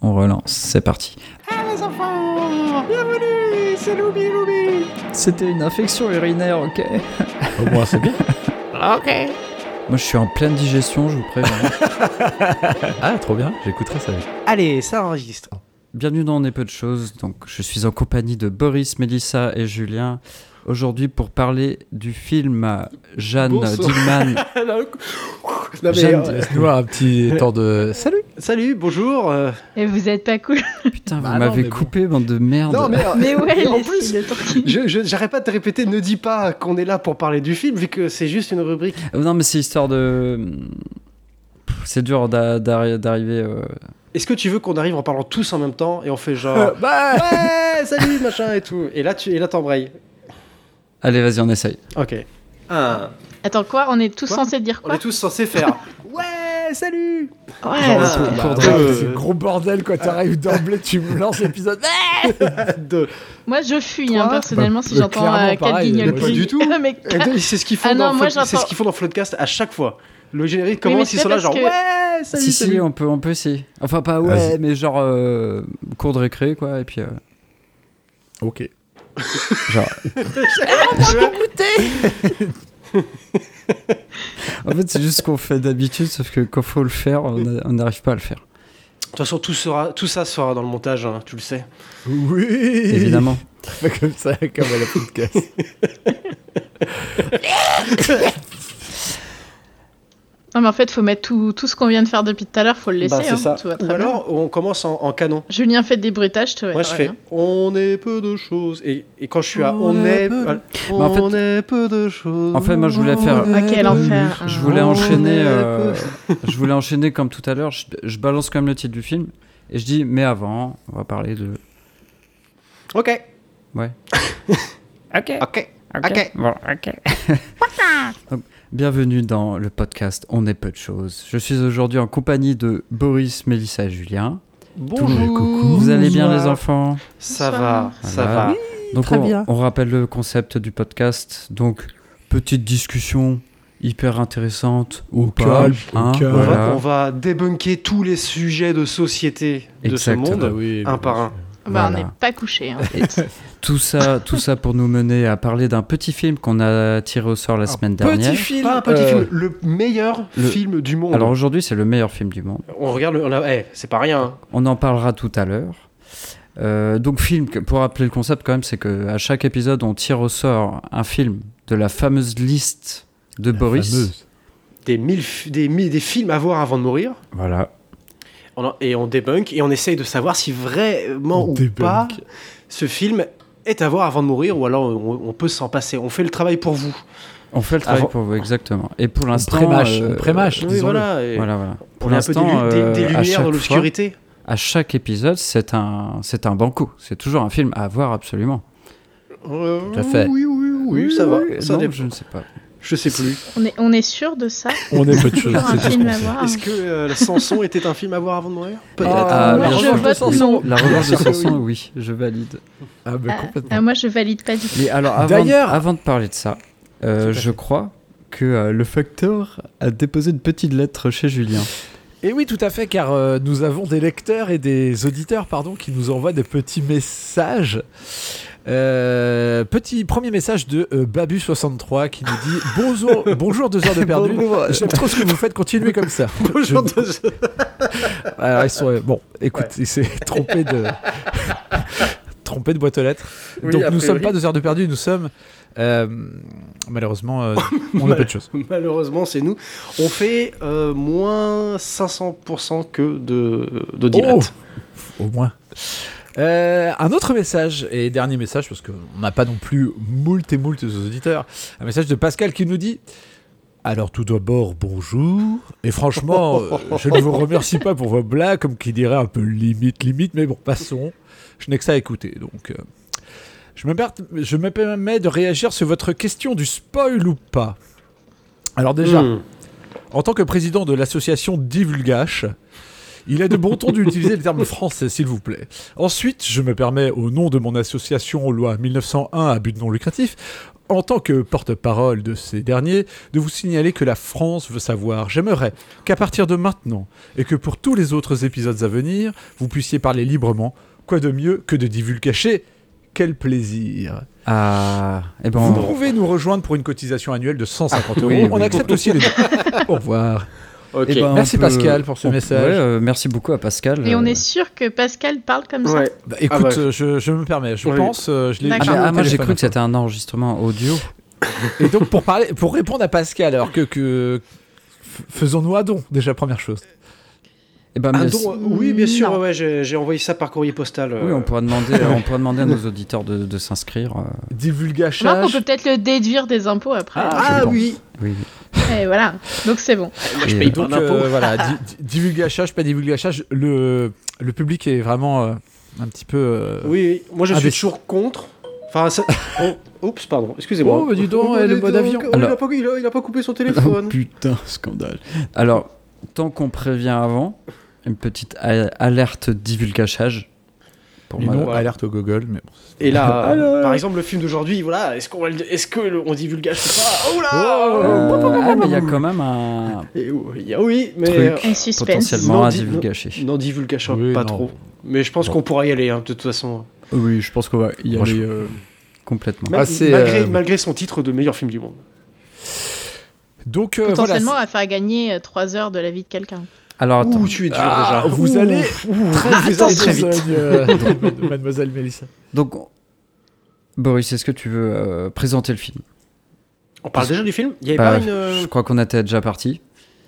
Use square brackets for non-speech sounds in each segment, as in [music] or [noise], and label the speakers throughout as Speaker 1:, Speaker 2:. Speaker 1: on relance, c'est parti.
Speaker 2: Ah les enfants Bienvenue C'est Loubi Loubi
Speaker 1: C'était une infection urinaire, ok.
Speaker 3: Au moins, c'est bien.
Speaker 2: Ok
Speaker 1: Moi, je suis en pleine digestion, je vous [laughs] préviens.
Speaker 3: Ah, trop bien, j'écouterai ça.
Speaker 2: Allez, ça enregistre
Speaker 1: Bienvenue dans On est peu de choses. Donc, je suis en compagnie de Boris, Mélissa et Julien. Aujourd'hui, pour parler du film Jeanne
Speaker 4: Bonsoir.
Speaker 3: [laughs]
Speaker 1: Dillman.
Speaker 4: Non, mais,
Speaker 1: Jeanne
Speaker 4: euh,
Speaker 3: Laisse-nous un [laughs] petit temps de. Salut
Speaker 2: Salut, bonjour euh,
Speaker 5: Et vous êtes pas cool.
Speaker 1: Putain, vous
Speaker 3: Bah non,
Speaker 1: m'avez
Speaker 3: mais bon.
Speaker 1: coupé, bande de merde.
Speaker 4: non, mais, euh,
Speaker 5: [laughs] Mais ouais,
Speaker 4: en
Speaker 5: laissez
Speaker 4: plus,
Speaker 5: le temps qu'il-
Speaker 4: je- je- j'arrête pas de te répéter, ne dis pas qu'on est là pour parler du film, vu que c'est juste une rubrique.
Speaker 1: Euh, non, mais c'est histoire de. hum, Pff, C'est dur d'a- d'arri- d'arriver. euh,
Speaker 4: Est-ce que tu veux qu'on arrive en parlant tous en même temps et on fait genre.
Speaker 3: Euh, bah,
Speaker 4: ouais, salut, machin et tout. Et là, tu et là, t'embrayes.
Speaker 1: Allez, vas-y, on essaye.
Speaker 4: Ok. Ah. Un.
Speaker 5: Attends, quoi On est tous
Speaker 4: Quoi
Speaker 5: censés dire
Speaker 4: On
Speaker 5: quoi
Speaker 4: est tous censés [laughs] faire. ouais, salut.
Speaker 5: Ouais,
Speaker 4: Genre,
Speaker 5: c'est-
Speaker 4: euh,
Speaker 3: bah,
Speaker 4: pour
Speaker 3: ouais,
Speaker 4: de-
Speaker 3: c'est gros bordel quand t'arrives d'emblée, tu me lances l'épisode. Ah,
Speaker 4: Deux.
Speaker 5: Moi, je fuis,
Speaker 4: Toi
Speaker 5: hein, personnellement,
Speaker 3: Bah,
Speaker 5: si
Speaker 3: euh,
Speaker 5: j'entends
Speaker 3: clairement,
Speaker 5: euh, quatre
Speaker 3: pareil,
Speaker 5: guignols
Speaker 3: mais
Speaker 4: pas
Speaker 5: qui-
Speaker 4: du tout.
Speaker 5: Ah, mais-
Speaker 4: Et deux, C'est ce qu'ils font,
Speaker 5: Ah non,
Speaker 4: dans
Speaker 5: moi,
Speaker 4: Flood- c'est ce
Speaker 5: j'entends-
Speaker 4: qu'ils font dans Floodcast à chaque fois. Le générique
Speaker 5: Oui, mais
Speaker 4: commence, ils
Speaker 5: c'est
Speaker 4: sont là
Speaker 5: parce
Speaker 4: genre
Speaker 5: que-
Speaker 4: ouais, salut,
Speaker 1: si,
Speaker 4: salut.
Speaker 1: si, on peut, on peut essayer. Enfin, pas ouais,
Speaker 3: Vas-y.
Speaker 1: mais genre euh, cours de récré, quoi. Et puis. euh, [laughs]
Speaker 3: ok.
Speaker 4: Ah,
Speaker 1: [laughs] En fait, c'est juste ce qu'on fait d'habitude, sauf que quand faut le faire, on a- on n'arrive pas à le faire.
Speaker 4: De toute façon, tout sera, tout ça sera dans le montage, hein, tu le sais.
Speaker 3: Oui [laughs]
Speaker 1: Évidemment.
Speaker 3: Pas comme ça, comme à la podcast.
Speaker 5: Non, mais en fait, faut mettre tout, tout ce qu'on vient de faire depuis tout à l'heure, faut le laisser.
Speaker 4: Bah, c'est
Speaker 5: hein,
Speaker 4: ça.
Speaker 5: tout va très
Speaker 4: Ou alors, on commence en- en canon.
Speaker 5: bien. Julien fait des bruitages, tu vois.
Speaker 4: Moi, je fais on est peu de choses. Et, et quand je suis à
Speaker 1: On
Speaker 4: on,
Speaker 1: est
Speaker 4: est,
Speaker 1: peu de-
Speaker 4: voilà.
Speaker 1: Mais en fait-
Speaker 4: on est peu de choses.
Speaker 1: En fait, moi, je voulais faire. euh,
Speaker 5: Ah, quel enfer.
Speaker 1: Je voulais
Speaker 4: On
Speaker 1: enchaîner.
Speaker 4: est
Speaker 1: euh, je voulais enchaîner comme tout à l'heure. Je, je balance quand même le titre du film et je dis. Mais avant, on va parler de.
Speaker 4: Ok.
Speaker 1: Ouais.
Speaker 4: ok. Ok. Ok.
Speaker 1: Bienvenue dans le podcast On est peu de choses. Je suis aujourd'hui en compagnie de Boris, Mélissa et Julien.
Speaker 4: Bonjour.
Speaker 1: Vous allez bien,
Speaker 4: Bonsoir.
Speaker 1: les enfants
Speaker 4: Ça va,
Speaker 5: Bonsoir.
Speaker 4: ça
Speaker 1: Voilà.
Speaker 4: va.
Speaker 1: Donc
Speaker 3: Très
Speaker 1: on,
Speaker 3: bien.
Speaker 1: on rappelle le concept du podcast. Donc petite discussion hyper intéressante ou pas. hein,
Speaker 3: calme, au calme.
Speaker 4: On, va-
Speaker 1: voilà.
Speaker 4: on va, débunker tous les sujets de société de
Speaker 1: Exactement.
Speaker 4: ce
Speaker 3: Bah
Speaker 4: monde.
Speaker 3: oui,
Speaker 4: Un
Speaker 3: mais
Speaker 4: par
Speaker 3: bon,
Speaker 4: un.
Speaker 5: Bah,
Speaker 1: Voilà.
Speaker 5: on n'est pas couché.
Speaker 1: Tout ça, tout ça pour nous mener à parler d'un petit film qu'on a tiré au sort la semaine dernière.
Speaker 3: Petit film.
Speaker 4: Pas un petit
Speaker 3: euh,
Speaker 4: film, le meilleur
Speaker 1: le-
Speaker 4: film du monde.
Speaker 1: Alors aujourd'hui, c'est le meilleur film du monde.
Speaker 4: on regarde, le- on a- eh, c'est pas rien. hein.
Speaker 1: On en parlera tout à l'heure. Euh, donc film, que- pour rappeler le concept quand même, c'est que à chaque épisode, on tire au sort un film de la fameuse liste de Boris.
Speaker 3: fameuse.
Speaker 4: Des, mille, f- des, mille- des films à voir avant de mourir.
Speaker 1: Voilà.
Speaker 4: On en- et on débunk et on essaye de savoir si vraiment
Speaker 3: On
Speaker 4: ou
Speaker 3: débunk.
Speaker 4: pas ce film est à voir avant de mourir ou alors on, on peut s'en passer. On fait le travail pour vous.
Speaker 1: On fait le travail
Speaker 4: Avant-
Speaker 1: pour vous exactement. Et pour
Speaker 3: On
Speaker 1: l'instant,
Speaker 3: prémâche,
Speaker 1: euh,
Speaker 3: on prémâche,
Speaker 4: Oui,
Speaker 3: disons-le.
Speaker 4: voilà. et
Speaker 1: Voilà, voilà. Pour
Speaker 4: on est un peu des,
Speaker 1: l'instant,
Speaker 4: lu- des-
Speaker 1: euh,
Speaker 4: des
Speaker 1: à
Speaker 4: lumières
Speaker 1: chaque
Speaker 4: dans
Speaker 1: fois-
Speaker 4: l'obscurité.
Speaker 1: à chaque épisode, c'est un, c'est un banco. C'est toujours un film à voir absolument.
Speaker 4: Euh,
Speaker 3: Tout à fait.
Speaker 4: Oui, oui, oui, ça va. ça
Speaker 1: non,
Speaker 4: dépend.
Speaker 1: je ne sais pas.
Speaker 4: Je sais plus.
Speaker 5: On est, on est sûr
Speaker 4: [laughs]
Speaker 5: de ça
Speaker 3: On est peu de choses,
Speaker 5: Toujours un
Speaker 3: c'est tout ce
Speaker 5: film
Speaker 3: qu'on
Speaker 5: à
Speaker 3: sait.
Speaker 5: voir.
Speaker 4: Est-ce que euh, Samson était un film à voir avant de mourir Peut-être.
Speaker 1: Ah,
Speaker 5: Moi,
Speaker 1: bien
Speaker 5: je
Speaker 1: sûr.
Speaker 5: vote non.
Speaker 1: La revanche
Speaker 4: [laughs]
Speaker 1: de
Speaker 3: Bien sûr que
Speaker 1: Samson, oui, je valide.
Speaker 3: Ah, bah,
Speaker 5: Ah,
Speaker 3: complètement.
Speaker 5: ah, moi, je valide pas du tout.
Speaker 1: Mais alors, avant,
Speaker 3: D'ailleurs-
Speaker 1: avant de parler de ça, euh, je crois que euh, le facteur a déposé une petite lettre chez Julien.
Speaker 3: Et oui, tout à fait, car euh, nous avons des lecteurs et des auditeurs pardon, qui nous envoient des petits messages. Euh, petit premier message de euh, Babu63 qui nous
Speaker 4: [laughs]
Speaker 3: dit Bonjour, bonjour deux heures de perdu. J'aime trop ce que vous faites, continuez comme ça.
Speaker 4: [laughs] Bonjour, deux-
Speaker 3: [laughs] Alors, ils sont, euh, bon, écoute, il s'est trompé de. [laughs] trompé de boîte aux lettres.
Speaker 4: Oui,
Speaker 3: Donc
Speaker 4: a
Speaker 3: nous ne sommes
Speaker 4: priori.
Speaker 3: pas deux heures de perdu, nous sommes. euh,
Speaker 4: [laughs]
Speaker 3: malheureusement, euh, on a peu de choses.
Speaker 4: Malheureusement, c'est nous. On fait euh, moins 500% que de, d'Audimat.
Speaker 3: Oh, au moins. Euh, un autre message, et dernier message, parce qu'on n'a pas non plus moult et moult auditeurs, un message de Pascal qui nous dit Alors tout d'abord, bonjour, et franchement, euh, je ne vous remercie pas pour vos blagues, comme qui dirait un peu limite, limite, mais bon, passons, je n'ai que ça à écouter, donc... euh, je me, per- je me permets de réagir sur votre question du spoil ou pas. Alors déjà,
Speaker 4: Hmm.
Speaker 3: en tant que président de l'association Divulgache, il est de bon ton d'utiliser le terme français, s'il vous plaît. Ensuite, je me permets, au nom de mon association loi 1901 à but non lucratif, en tant que porte-parole de ces derniers, de vous signaler que la France veut savoir. J'aimerais qu'à partir de maintenant, et que pour tous les autres épisodes à venir, vous puissiez parler librement. Quoi de mieux que de divulgacher Quel plaisir
Speaker 1: Ah, et ben,
Speaker 3: Vous
Speaker 1: on-
Speaker 3: pouvez nous rejoindre pour une cotisation annuelle de 150 euros.
Speaker 1: Ah, oui,
Speaker 3: On
Speaker 1: oui.
Speaker 3: accepte aussi
Speaker 1: [laughs]
Speaker 3: les deux. Au revoir.
Speaker 4: Ok.
Speaker 1: eh ben, on
Speaker 3: Merci
Speaker 1: peut-
Speaker 3: Pascal pour ce
Speaker 1: on-
Speaker 3: message.
Speaker 1: ouais, euh, merci beaucoup à Pascal.
Speaker 5: Et on
Speaker 1: Euh,
Speaker 5: est sûr que Pascal parle comme ça.
Speaker 4: Ouais.
Speaker 3: Bah, écoute,
Speaker 4: Ah ouais.
Speaker 3: euh, je, je me permets, je
Speaker 4: Oui.
Speaker 3: pense, euh, je l'ai
Speaker 1: Ah,
Speaker 5: D'accord.
Speaker 3: eu
Speaker 1: mais-
Speaker 3: au
Speaker 1: ah, moi j'ai
Speaker 3: téléphone
Speaker 1: cru que
Speaker 3: encore.
Speaker 1: c'était un enregistrement audio.
Speaker 3: Et donc pour parler, pour répondre à Pascal, alors que, que f- faisons-nous un don déjà première chose.
Speaker 1: Eh ben,
Speaker 4: Un
Speaker 1: mais-
Speaker 4: don, euh, oui, bien sûr,
Speaker 5: Non.
Speaker 4: ouais, j'ai j'ai envoyé ça par courrier postal. euh,
Speaker 1: Oui, on pourra demander, on pourra demander à
Speaker 3: [laughs]
Speaker 1: nos auditeurs de, de s'inscrire. euh,
Speaker 5: Remarque, on
Speaker 3: Divulgachage.
Speaker 5: peut peut-être le déduire des impôts après.
Speaker 1: je
Speaker 4: Ah
Speaker 1: pense.
Speaker 4: oui
Speaker 1: oui.
Speaker 5: Et voilà. Donc c'est bon.
Speaker 4: Moi, je
Speaker 1: Et
Speaker 4: paye pas
Speaker 3: Donc
Speaker 4: d'impôts.
Speaker 3: euh, voilà, di- di- divulgachage, pas divulgachage. Le le public est vraiment euh, un petit peu. euh,
Speaker 4: Oui, oui, moi je
Speaker 3: Ah,
Speaker 4: suis
Speaker 3: mais-
Speaker 4: toujours contre. Enfin, ça- oh, oups, pardon, excusez-moi.
Speaker 3: Oh, bah, dis donc,
Speaker 4: Oh,
Speaker 3: eh, le
Speaker 4: dis
Speaker 3: bon
Speaker 4: donc,
Speaker 3: avion.
Speaker 4: oh, il, a
Speaker 1: Alors-
Speaker 4: pas, il a- il a pas coupé son
Speaker 1: [laughs]
Speaker 4: téléphone.
Speaker 1: Oh, putain, scandale. Alors, tant qu'on prévient avant, une petite a- alerte divulgachage. Pour
Speaker 3: mais
Speaker 1: moi,
Speaker 3: non,
Speaker 4: voilà.
Speaker 3: alerte au Google, mais bon.
Speaker 4: Et là,
Speaker 3: Alors.
Speaker 4: par exemple, le film d'aujourd'hui, voilà, est-ce qu'on va le- est-ce que le- on divulgage ou pas Oh
Speaker 1: Euh,
Speaker 4: là
Speaker 1: ah, mais il y a quand même un
Speaker 4: Et oui, il y a- oui, mais
Speaker 1: Truc.
Speaker 4: euh,
Speaker 5: Un suspense.
Speaker 1: potentiellement
Speaker 4: Non,
Speaker 1: à
Speaker 4: dis-
Speaker 1: divulgacher.
Speaker 4: non, divulgage
Speaker 3: Oui,
Speaker 4: pas
Speaker 3: non. Ah,
Speaker 4: trop. Mais je pense
Speaker 3: Bon.
Speaker 4: qu'on pourra y aller, hein, de toute façon.
Speaker 1: Oui, je pense qu'on va y
Speaker 3: Moi, je-
Speaker 1: aller euh, complètement.
Speaker 4: Ma-
Speaker 3: c'est,
Speaker 4: malgré,
Speaker 3: euh,
Speaker 4: malgré son titre de meilleur film du monde.
Speaker 3: Donc euh, voilà.
Speaker 5: Potentiellement à faire gagner 3 heures de la vie de quelqu'un.
Speaker 1: Alors, attends.
Speaker 4: Ouh, tu es dur
Speaker 3: Ah,
Speaker 4: déjà.
Speaker 3: vous
Speaker 4: Ouh,
Speaker 3: allez
Speaker 4: ouh,
Speaker 3: Très,
Speaker 4: vous allez
Speaker 3: très vite, Ah, euh, [laughs] mademoiselle Mélissa.
Speaker 1: Donc, Boris, est-ce que tu veux euh, présenter le film
Speaker 4: On parle déjà du film Il y avait
Speaker 1: Bah,
Speaker 4: pas une. euh,
Speaker 1: Je crois qu'on était déjà parti.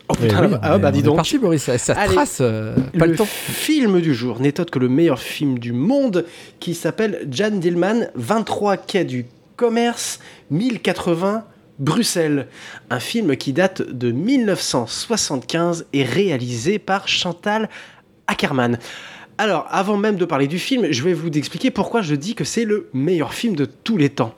Speaker 4: Oh putain, ah bah dis
Speaker 3: On est
Speaker 4: donc.
Speaker 3: parti, Boris, ça, ça
Speaker 4: Allez.
Speaker 3: trace, euh, pas le, temps.
Speaker 4: film du jour n'est autre que le meilleur film du monde qui s'appelle Jan Dillman, 23 quai du commerce, 1080 Bruxelles. Un film qui date de 1975 et réalisé par Chantal Ackerman. Alors, avant même de parler du film, je vais vous expliquer pourquoi je dis que c'est le meilleur film de tous les temps.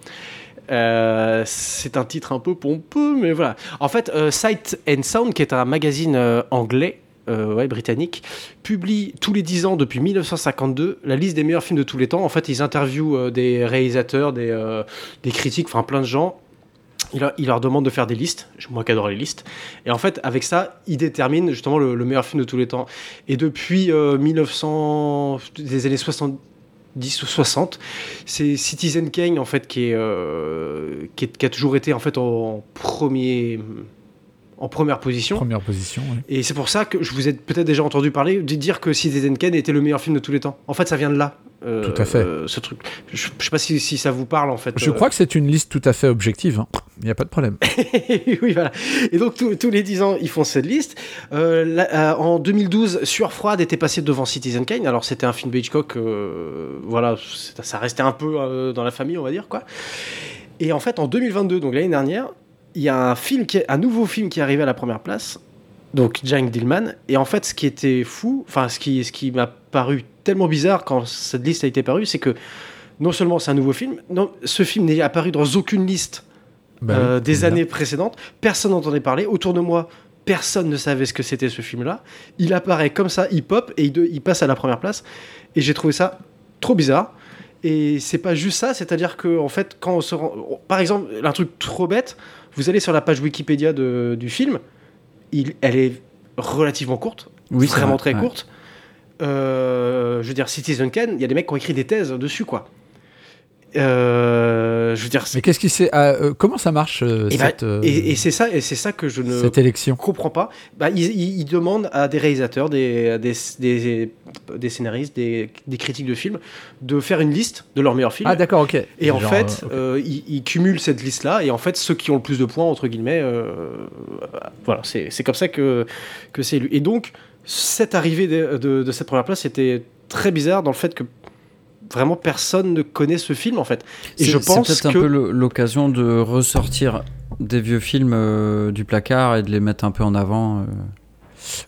Speaker 4: Euh, c'est un titre un peu pompeux, mais voilà. En fait, euh, Sight and Sound, qui est un magazine euh, anglais, euh, ouais, britannique, publie tous les 10 ans depuis 1952 la liste des meilleurs films de tous les temps. En fait, ils interviewent euh, des réalisateurs, des, euh, des critiques, enfin plein de gens. Ils leur, ils leur demandent de faire des listes, moi qui adore les listes. Et en fait, avec ça, ils déterminent justement le, le meilleur film de tous les temps. Et depuis euh, 1900, des années 70 ou 60, c'est Citizen Kane en fait qui, est, euh, qui, est- qui a toujours été en fait en premier, en première position.
Speaker 3: Première position. ouais.
Speaker 4: Et c'est pour ça que je vous ai peut-être déjà entendu parler de dire que Citizen Kane était le meilleur film de tous les temps. En fait, ça vient de là. euh,
Speaker 3: Tout à fait.
Speaker 4: euh, ce truc. Je, je sais pas si, si ça vous parle en fait.
Speaker 3: Je
Speaker 4: Euh,
Speaker 3: crois que c'est une liste tout à fait objective. hein. Il n'y a pas de problème.
Speaker 4: [laughs] oui, voilà. Et donc, tous- tous les 10 ans, ils font cette liste. Euh, là, euh, en 2012, Sueur Froide était passé devant Citizen Kane. Alors, c'était un film de Hitchcock. euh, voilà, c'est- ça restait un peu euh, dans la famille, on va dire, quoi. Et en fait, en 2022, donc l'année dernière, il y a un, film qui est- un nouveau film qui est arrivé à la première place. Donc, Jane Dillman. Et en fait, ce qui était fou, enfin, ce qui, ce qui m'a paru tellement bizarre quand cette liste a été parue, c'est que non seulement c'est un nouveau film, non, ce film n'est apparu dans aucune liste
Speaker 3: Bah oui,
Speaker 4: euh, des
Speaker 3: bien.
Speaker 4: années précédentes. Personne n'entendait parler. Autour de moi, personne ne savait ce que c'était ce film-là. Il apparaît comme ça, il pop et il, de- il passe à la première place. Et j'ai trouvé ça trop bizarre. Et c'est pas juste ça, c'est-à-dire que en fait, quand on se rend, on- par exemple, un truc trop bête, vous allez sur la page Wikipédia de- du film, il, elle est relativement courte,
Speaker 1: Oui, c'est
Speaker 4: vraiment
Speaker 1: vrai,
Speaker 4: très
Speaker 1: ouais.
Speaker 4: courte. Euh, je veux dire, Citizen Kane, il y a des mecs qui ont écrit des thèses dessus, quoi. Euh, je veux dire,
Speaker 3: Mais qu'est-ce qui s'est. ah, euh, comment ça marche euh,
Speaker 4: et, bah,
Speaker 3: cette, euh,
Speaker 4: et- et c'est ça, et c'est ça que je ne
Speaker 3: cette élection
Speaker 4: comprends pas. Bah, ils, ils- ils demandent à des réalisateurs, des, à des, des, des scénaristes, des, des critiques de films, de faire une liste de leurs meilleurs films.
Speaker 3: Ah d'accord, ok.
Speaker 4: et en
Speaker 3: Genre,
Speaker 4: fait,
Speaker 3: euh,
Speaker 4: euh, ils, ils cumulent cette liste-là, et en fait, ceux qui ont le plus de points, entre guillemets, euh, voilà, c'est c'est comme ça que, que c'est élu. Et donc, cette arrivée de, de- de cette première place était très bizarre dans le fait que vraiment personne ne connaît ce film, en fait. Et
Speaker 1: C'est-
Speaker 4: je pense
Speaker 1: C'est peut-être
Speaker 4: que...
Speaker 1: un peu le- l'occasion de ressortir des vieux films euh, du placard et de les mettre un peu en avant. euh.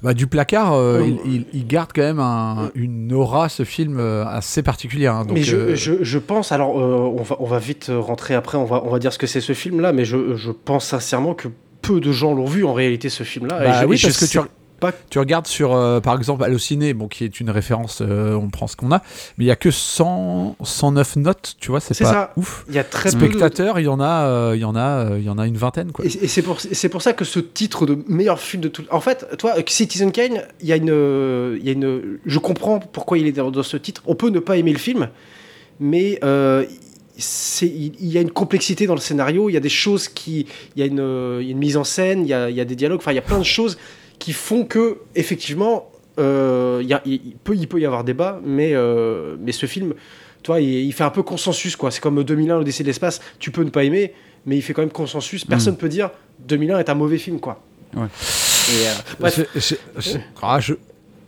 Speaker 3: bah, du placard, euh,
Speaker 4: Euh,
Speaker 3: il, il- il garde quand même un-
Speaker 4: euh,
Speaker 3: une aura, ce film, euh, assez particulière. hein, donc,
Speaker 4: mais je,
Speaker 3: euh,
Speaker 4: je, je pense, alors euh, on, va, on va vite euh, rentrer après, on va, on va dire ce que c'est ce film-là, mais je, je pense sincèrement que peu de gens l'ont vu en réalité ce film-là.
Speaker 3: bah
Speaker 4: et je,
Speaker 3: oui,
Speaker 4: et je
Speaker 3: parce que
Speaker 4: sais-
Speaker 3: tu,
Speaker 4: pas.
Speaker 3: Tu regardes sur, euh, par exemple, Allociné, bon, qui est une référence, euh, on prend ce qu'on a, mais il y a que 100, 109 notes, tu vois, c'est
Speaker 4: C'est
Speaker 3: pas
Speaker 4: ça.
Speaker 3: ouf.
Speaker 4: Il y a très peu de.
Speaker 3: Spectateurs, il y en a, euh, il y en a, euh, il y en a une vingtaine, quoi.
Speaker 4: Et, et c'est pour, c'est pour ça que ce titre de meilleur film de tout. En fait, toi, Citizen Kane, il y a une, euh, il y a une. Je comprends pourquoi il est dans, dans ce titre. On peut ne pas aimer le film, mais euh, c'est, il il y a une complexité dans le scénario. Il y a des choses qui, il y a une, euh, il y a une mise en scène, il y a, il y a des dialogues. Enfin, il y a plein de choses qui font que, effectivement, euh, il, y a- il- il peut, il peut y avoir débat, mais, euh, mais ce film. Toi, il, il fait un peu consensus, quoi. C'est comme 2001, l'Odyssée de l'espace. Tu peux ne pas aimer, mais il fait quand même consensus. Personne peut dire 2001 est un mauvais film, quoi.
Speaker 1: Mm. Ouais.
Speaker 4: Et, euh, bref,
Speaker 3: J'ai- j'ai- j'ai- ah, je-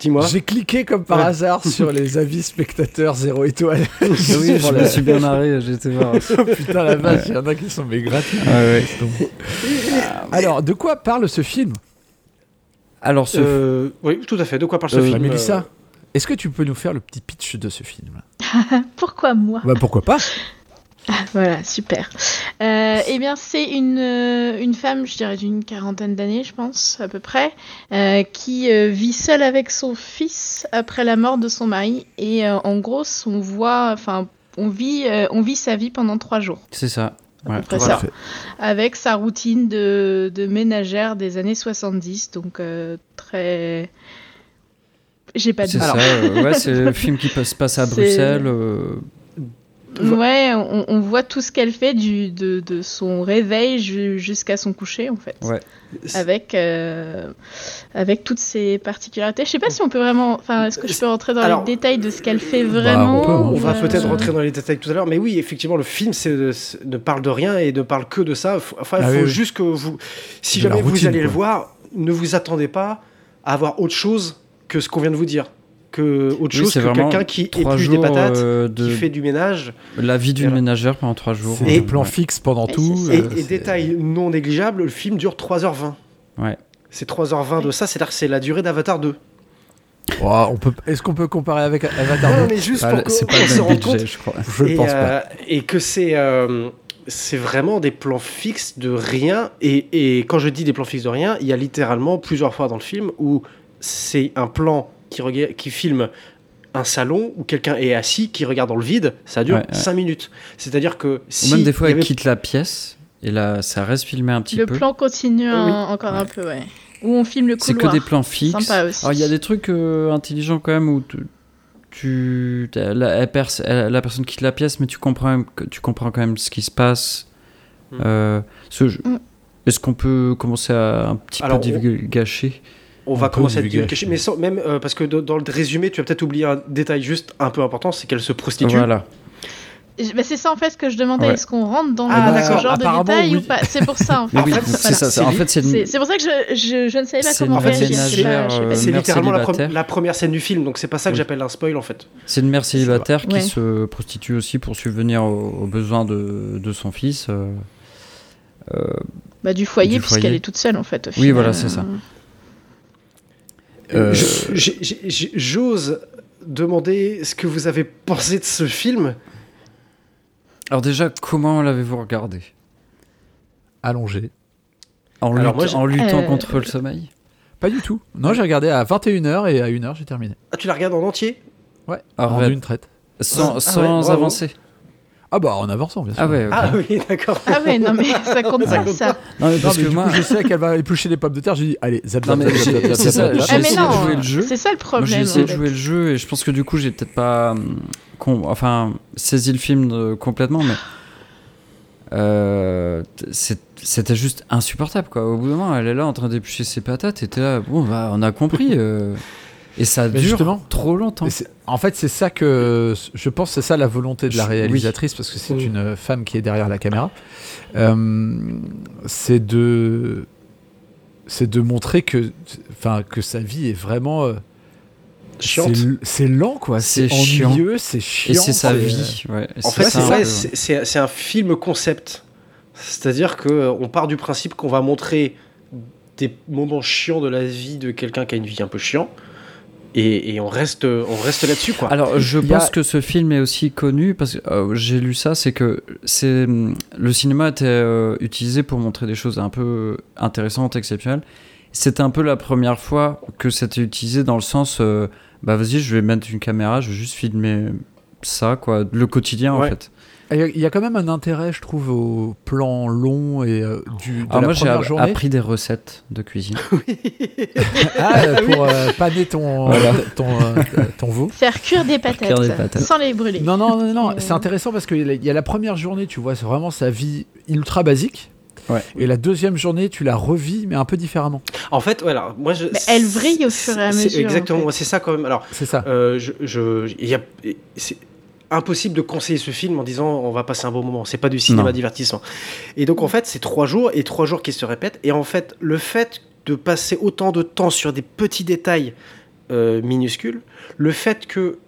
Speaker 4: dis-moi.
Speaker 3: J'ai cliqué comme par
Speaker 4: Ouais.
Speaker 3: hasard sur [laughs] les avis spectateurs 0 étoile.
Speaker 1: [laughs] Oui, je me suis bien marré, j'étais
Speaker 4: [laughs]
Speaker 1: voir.
Speaker 3: [laughs] Putain, la vache, il y en a qui sont mais gratuits. Ah, Alors, de quoi parle ce film
Speaker 1: Alors, ce
Speaker 4: Euh, oui, tout à fait. De quoi parle ce
Speaker 1: Euh,
Speaker 4: film
Speaker 3: Mélissa Est-ce que tu peux nous faire le petit pitch de ce film
Speaker 5: Pourquoi moi
Speaker 3: Bah pourquoi pas
Speaker 5: Voilà, super. Euh, eh bien, c'est une, euh, une femme, je dirais d'une quarantaine d'années, je pense, à peu près, euh, qui euh, vit seule avec son fils après la mort de son mari. Et euh, en gros, on voit, enfin, on vit, euh, on vit sa vie pendant trois jours.
Speaker 1: c'est ça. Ouais.
Speaker 5: Après
Speaker 4: Voilà.
Speaker 5: ça, avec sa routine de, de ménagère des années 70, donc euh, très. J'ai pas de
Speaker 1: C'est ça. euh, ouais, c'est le film qui peut- se
Speaker 4: [laughs]
Speaker 1: passe à
Speaker 5: C'est-
Speaker 1: Bruxelles. euh,
Speaker 5: Ouais, on, on voit tout ce qu'elle fait du, de, de son réveil ju- jusqu'à son coucher, en fait.
Speaker 1: Ouais.
Speaker 4: euh,
Speaker 5: Avec, euh, avec toutes ses particularités. Je sais pas si on peut vraiment. Enfin, est-ce que je peux rentrer dans
Speaker 4: Alors,
Speaker 5: les détails de ce qu'elle
Speaker 1: bah,
Speaker 5: fait
Speaker 3: on
Speaker 5: vraiment
Speaker 3: peut, hein.
Speaker 4: On va
Speaker 5: ou, euh,
Speaker 4: peut-être rentrer dans les détails tout à l'heure, mais oui, effectivement, le film c'est- c'est- ne parle de rien et ne parle que de ça. Faut- Enfin, il
Speaker 3: Ah
Speaker 4: faut
Speaker 3: oui, oui.
Speaker 4: juste que vous, si
Speaker 3: De la
Speaker 4: jamais vous
Speaker 3: routine,
Speaker 4: allez le
Speaker 3: quoi.
Speaker 4: voir, ne vous attendez pas à avoir autre chose que ce qu'on vient de vous dire, que autre
Speaker 1: Oui,
Speaker 4: chose
Speaker 1: c'est
Speaker 4: que
Speaker 1: vraiment
Speaker 4: quelqu'un qui
Speaker 1: trois
Speaker 4: épluche
Speaker 1: jours
Speaker 4: des patates,
Speaker 1: euh,
Speaker 4: qui
Speaker 1: de
Speaker 4: fait du ménage.
Speaker 1: la vie d'une
Speaker 4: Voilà.
Speaker 1: ménagère pendant trois jours.
Speaker 3: C'est
Speaker 1: euh,
Speaker 3: des plans
Speaker 1: ouais.
Speaker 3: fixes pendant
Speaker 5: Et
Speaker 3: tout.
Speaker 5: c'est
Speaker 4: Et,
Speaker 3: euh,
Speaker 4: et
Speaker 3: c'est-
Speaker 4: détail non négligeable, le film dure 3h20.
Speaker 1: Ouais.
Speaker 4: C'est 3h20 de ça, c'est-à-dire que c'est la durée d'Avatar 2.
Speaker 3: Oh, on peut... Est-ce qu'on peut comparer avec Avatar
Speaker 4: Non,
Speaker 3: deux
Speaker 4: mais juste
Speaker 1: Ah,
Speaker 4: pour
Speaker 1: c'est
Speaker 4: qu'on
Speaker 1: pas
Speaker 4: on
Speaker 1: le
Speaker 4: se
Speaker 1: même
Speaker 4: rende compte
Speaker 1: budget, je crois.
Speaker 3: Je ne
Speaker 4: et,
Speaker 3: pense pas.
Speaker 4: euh, et que c'est euh, c'est vraiment des plans fixes de rien. Et, et quand je dis des plans fixes de rien, il y a littéralement plusieurs fois dans le film où c'est un plan qui, rega- qui filme un salon où quelqu'un est assis, qui regarde dans le vide, ça dure
Speaker 1: Ouais, ouais.
Speaker 4: 5 minutes. C'est-à-dire que si.
Speaker 1: Ou même des fois,
Speaker 4: il y
Speaker 1: elle
Speaker 4: avait-
Speaker 1: quitte la pièce et là, ça reste filmé un petit
Speaker 5: Le
Speaker 1: peu. Ah
Speaker 5: plan continue
Speaker 4: Oui.
Speaker 5: un- encore un peu, ouais. Où on filme le
Speaker 1: C'est
Speaker 5: couloir.
Speaker 1: que des plans fixes.
Speaker 5: Sympa aussi.
Speaker 1: Alors, il y a des trucs euh, intelligents quand même où tu. tu- t'as- la, elle perce- elle- la personne quitte la pièce, mais tu comprends, que- tu comprends quand même ce qui se passe.
Speaker 4: Mm.
Speaker 1: Euh, ce jeu-
Speaker 5: Mm.
Speaker 1: Est-ce qu'on peut commencer à un petit
Speaker 4: Alors, on-
Speaker 1: peu divulgacher
Speaker 4: On va
Speaker 3: On peut
Speaker 4: commencer à
Speaker 3: divulguer.
Speaker 4: divulguer, mais sans- même euh, parce que dans- dans le résumé, tu as peut-être oublié un détail juste un peu important, c'est qu'elle se prostitue.
Speaker 1: Voilà.
Speaker 5: Je- bah, c'est ça en fait ce que je demandais.
Speaker 1: Ouais.
Speaker 5: Est-ce qu'on rentre dans
Speaker 4: Ah,
Speaker 5: le- ce
Speaker 4: d'accord.
Speaker 5: genre de
Speaker 3: Apparemment,
Speaker 5: détails ou
Speaker 3: oui.
Speaker 5: pas C'est
Speaker 1: [laughs]
Speaker 5: pour ça en fait.
Speaker 1: Mais oui,
Speaker 4: fait,
Speaker 1: donc
Speaker 5: Voilà.
Speaker 1: c'est ça.
Speaker 4: c'est
Speaker 1: ça. En fait, c'est
Speaker 5: C'est
Speaker 1: une-
Speaker 5: c'est pour ça que je, je, je ne savais pas
Speaker 1: C'est
Speaker 5: comment
Speaker 1: une
Speaker 5: réagir. je sais pas-
Speaker 1: ménagère,
Speaker 5: je sais pas
Speaker 1: euh,
Speaker 5: si-
Speaker 4: C'est
Speaker 1: mère
Speaker 4: littéralement la, pre-
Speaker 1: célibataire.
Speaker 4: la première scène du film, donc c'est pas ça que
Speaker 1: Oui.
Speaker 4: j'appelle un spoil en fait.
Speaker 1: c'est une mère célibataire qui
Speaker 5: Ouais.
Speaker 1: se prostitue aussi pour subvenir aux, aux besoins de, de son fils. euh.
Speaker 5: Bah, du foyer,
Speaker 1: Du
Speaker 5: puisqu'elle
Speaker 1: foyer.
Speaker 5: est toute seule en fait. Au
Speaker 1: Oui,
Speaker 5: final.
Speaker 1: voilà, c'est ça. Euh,
Speaker 4: Je- j'ai- j'ai- j'ai- J'ose demander ce que vous avez pensé de ce film.
Speaker 1: Alors déjà, comment l'avez-vous regardé
Speaker 3: Allongé.
Speaker 1: En,
Speaker 4: Alors
Speaker 1: lut-
Speaker 4: moi, j'ai-
Speaker 1: en luttant
Speaker 5: Euh,
Speaker 1: contre le sommeil
Speaker 3: Pas du tout. Non, j'ai regardé à 21h et à 1h, j'ai terminé.
Speaker 4: Ah, tu la regardes en entier
Speaker 3: Ouais,
Speaker 1: Ah,
Speaker 3: en
Speaker 1: ouais.
Speaker 3: une traite.
Speaker 1: Sans,
Speaker 4: Ah ouais,
Speaker 1: sans
Speaker 4: bravo.
Speaker 1: avancer
Speaker 3: Ah bah, en avançant, bien sûr.
Speaker 1: Ah ouais, ok.
Speaker 4: Ah [laughs] oui, d'accord.
Speaker 5: Ah ouais, non mais
Speaker 3: [laughs]
Speaker 5: ça compte pas ça.
Speaker 1: Non, mais
Speaker 3: Non,
Speaker 1: parce
Speaker 3: mais
Speaker 1: que
Speaker 3: du
Speaker 1: moi,
Speaker 3: coup, je sais qu'elle va éplucher des pommes de terre. J'ai dit, allez, zap, zap,
Speaker 1: Non,
Speaker 3: zap,
Speaker 1: mais
Speaker 3: zap,
Speaker 1: j'ai-
Speaker 3: zap,
Speaker 1: c'est ça,
Speaker 3: zap, zap,
Speaker 1: j'ai
Speaker 3: zap.
Speaker 5: Ah mais
Speaker 1: essayé de
Speaker 5: non,
Speaker 1: jouer le jeu.
Speaker 5: c'est ça le
Speaker 1: moi, j'ai
Speaker 5: problème.
Speaker 1: essayé de
Speaker 5: en fait.
Speaker 1: jouer le jeu et je pense que du coup j'ai peut-être pas hum, com- enfin, saisi le film euh, complètement, mais euh, t- c'est- c'était juste insupportable quoi. Au bout d'un moment, elle est là en train d'éplucher ses patates et t'es là, bon bah on a compris. euh, et ça
Speaker 3: Mais
Speaker 1: dure
Speaker 3: justement,
Speaker 1: trop longtemps.
Speaker 3: Mais c'est- En fait, c'est ça que je pense, c'est ça la volonté de la
Speaker 1: Je-
Speaker 3: réalisatrice, parce que c'est
Speaker 4: Oui.
Speaker 3: une femme qui est derrière la caméra. Euh, c'est de, c'est de montrer que, enfin, que sa vie est vraiment, euh, c'est
Speaker 4: Chiante.
Speaker 3: l- c'est lent quoi,
Speaker 1: C'est
Speaker 3: c'est
Speaker 1: chiant.
Speaker 3: ennuyeux, c'est chiant.
Speaker 1: Et c'est sa
Speaker 3: euh,
Speaker 1: vie. ouais. Et
Speaker 4: En
Speaker 1: c'est
Speaker 4: fait,
Speaker 1: ça, un
Speaker 4: ouais,
Speaker 1: peu,
Speaker 4: c'est c'est- c'est un film concept. C'est-à-dire que euh, on part du principe qu'on va montrer des moments chiants de la vie de quelqu'un qui a une vie un peu chiant, et, et on reste, on reste là-dessus quoi.
Speaker 1: Alors, je
Speaker 3: Il y a-
Speaker 1: pense que ce film est aussi connu parce que euh, j'ai lu ça, c'est que c'est hum, le cinéma était euh, utilisé pour montrer des choses un peu intéressantes, exceptionnelles, C'était un peu la première fois que c'était utilisé dans le sens, euh, bah vas-y, je vais mettre une caméra, je vais juste filmer ça, quoi, le quotidien en
Speaker 4: Ouais.
Speaker 1: fait.
Speaker 3: Il y a- il y a quand même un intérêt, je trouve, au plan long et euh, du, de
Speaker 1: Alors
Speaker 3: la
Speaker 1: Ah, moi j'ai
Speaker 3: première
Speaker 1: a-
Speaker 3: journée.
Speaker 1: appris des recettes de cuisine.
Speaker 3: Ah, euh, pour euh, paner ton,
Speaker 1: Voilà.
Speaker 3: ton, euh, ton veau.
Speaker 5: Faire cuire des patates,
Speaker 1: cuire des patates.
Speaker 5: sans les brûler.
Speaker 3: Non, non, non, non,
Speaker 5: Euh.
Speaker 3: c'est intéressant parce qu'il y a la première journée, tu vois, c'est vraiment sa vie ultra basique.
Speaker 1: Ouais.
Speaker 3: Et la deuxième journée, tu la revis, mais un peu différemment.
Speaker 4: En fait, ouais, alors, moi je.
Speaker 5: Mais elle vrille au fur et à
Speaker 4: c'est-
Speaker 5: mesure, en
Speaker 4: Exactement,
Speaker 5: fait.
Speaker 4: ouais, c'est ça quand même. Alors,
Speaker 3: C'est ça.
Speaker 4: euh, je, je- il y a- c'est impossible de conseiller ce film en disant on va passer un bon moment. C'est pas du cinéma
Speaker 1: Non.
Speaker 4: divertissant. Et donc en fait, c'est trois jours et trois jours qui se répètent. Et en fait, le fait de passer autant de temps sur des petits détails euh, minuscules, le fait que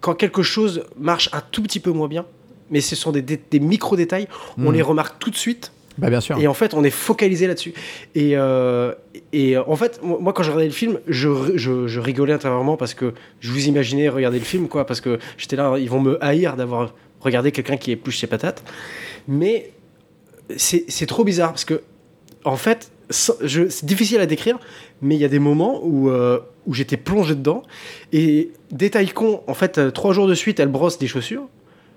Speaker 4: quand quelque chose marche un tout petit peu moins bien, mais ce sont des, dé- des micro-détails, on
Speaker 3: Mm.
Speaker 4: les remarque tout de suite
Speaker 3: Bah, bien sûr.
Speaker 4: et en fait, on est focalisé là-dessus. Et, euh, et euh, en fait, moi, moi, quand je regardais le film, je, ri- je, je rigolais intérieurement parce que je vous imaginais regarder le film, quoi, parce que j'étais là, ils vont me haïr d'avoir regardé quelqu'un qui épluche ses patates. Mais c'est c'est trop bizarre parce que, en fait, sans- je- c'est difficile à décrire, mais il y a des moments où, euh, où j'étais plongé dedans. Et détail con, en fait, euh, trois jours de suite, elle brosse des chaussures.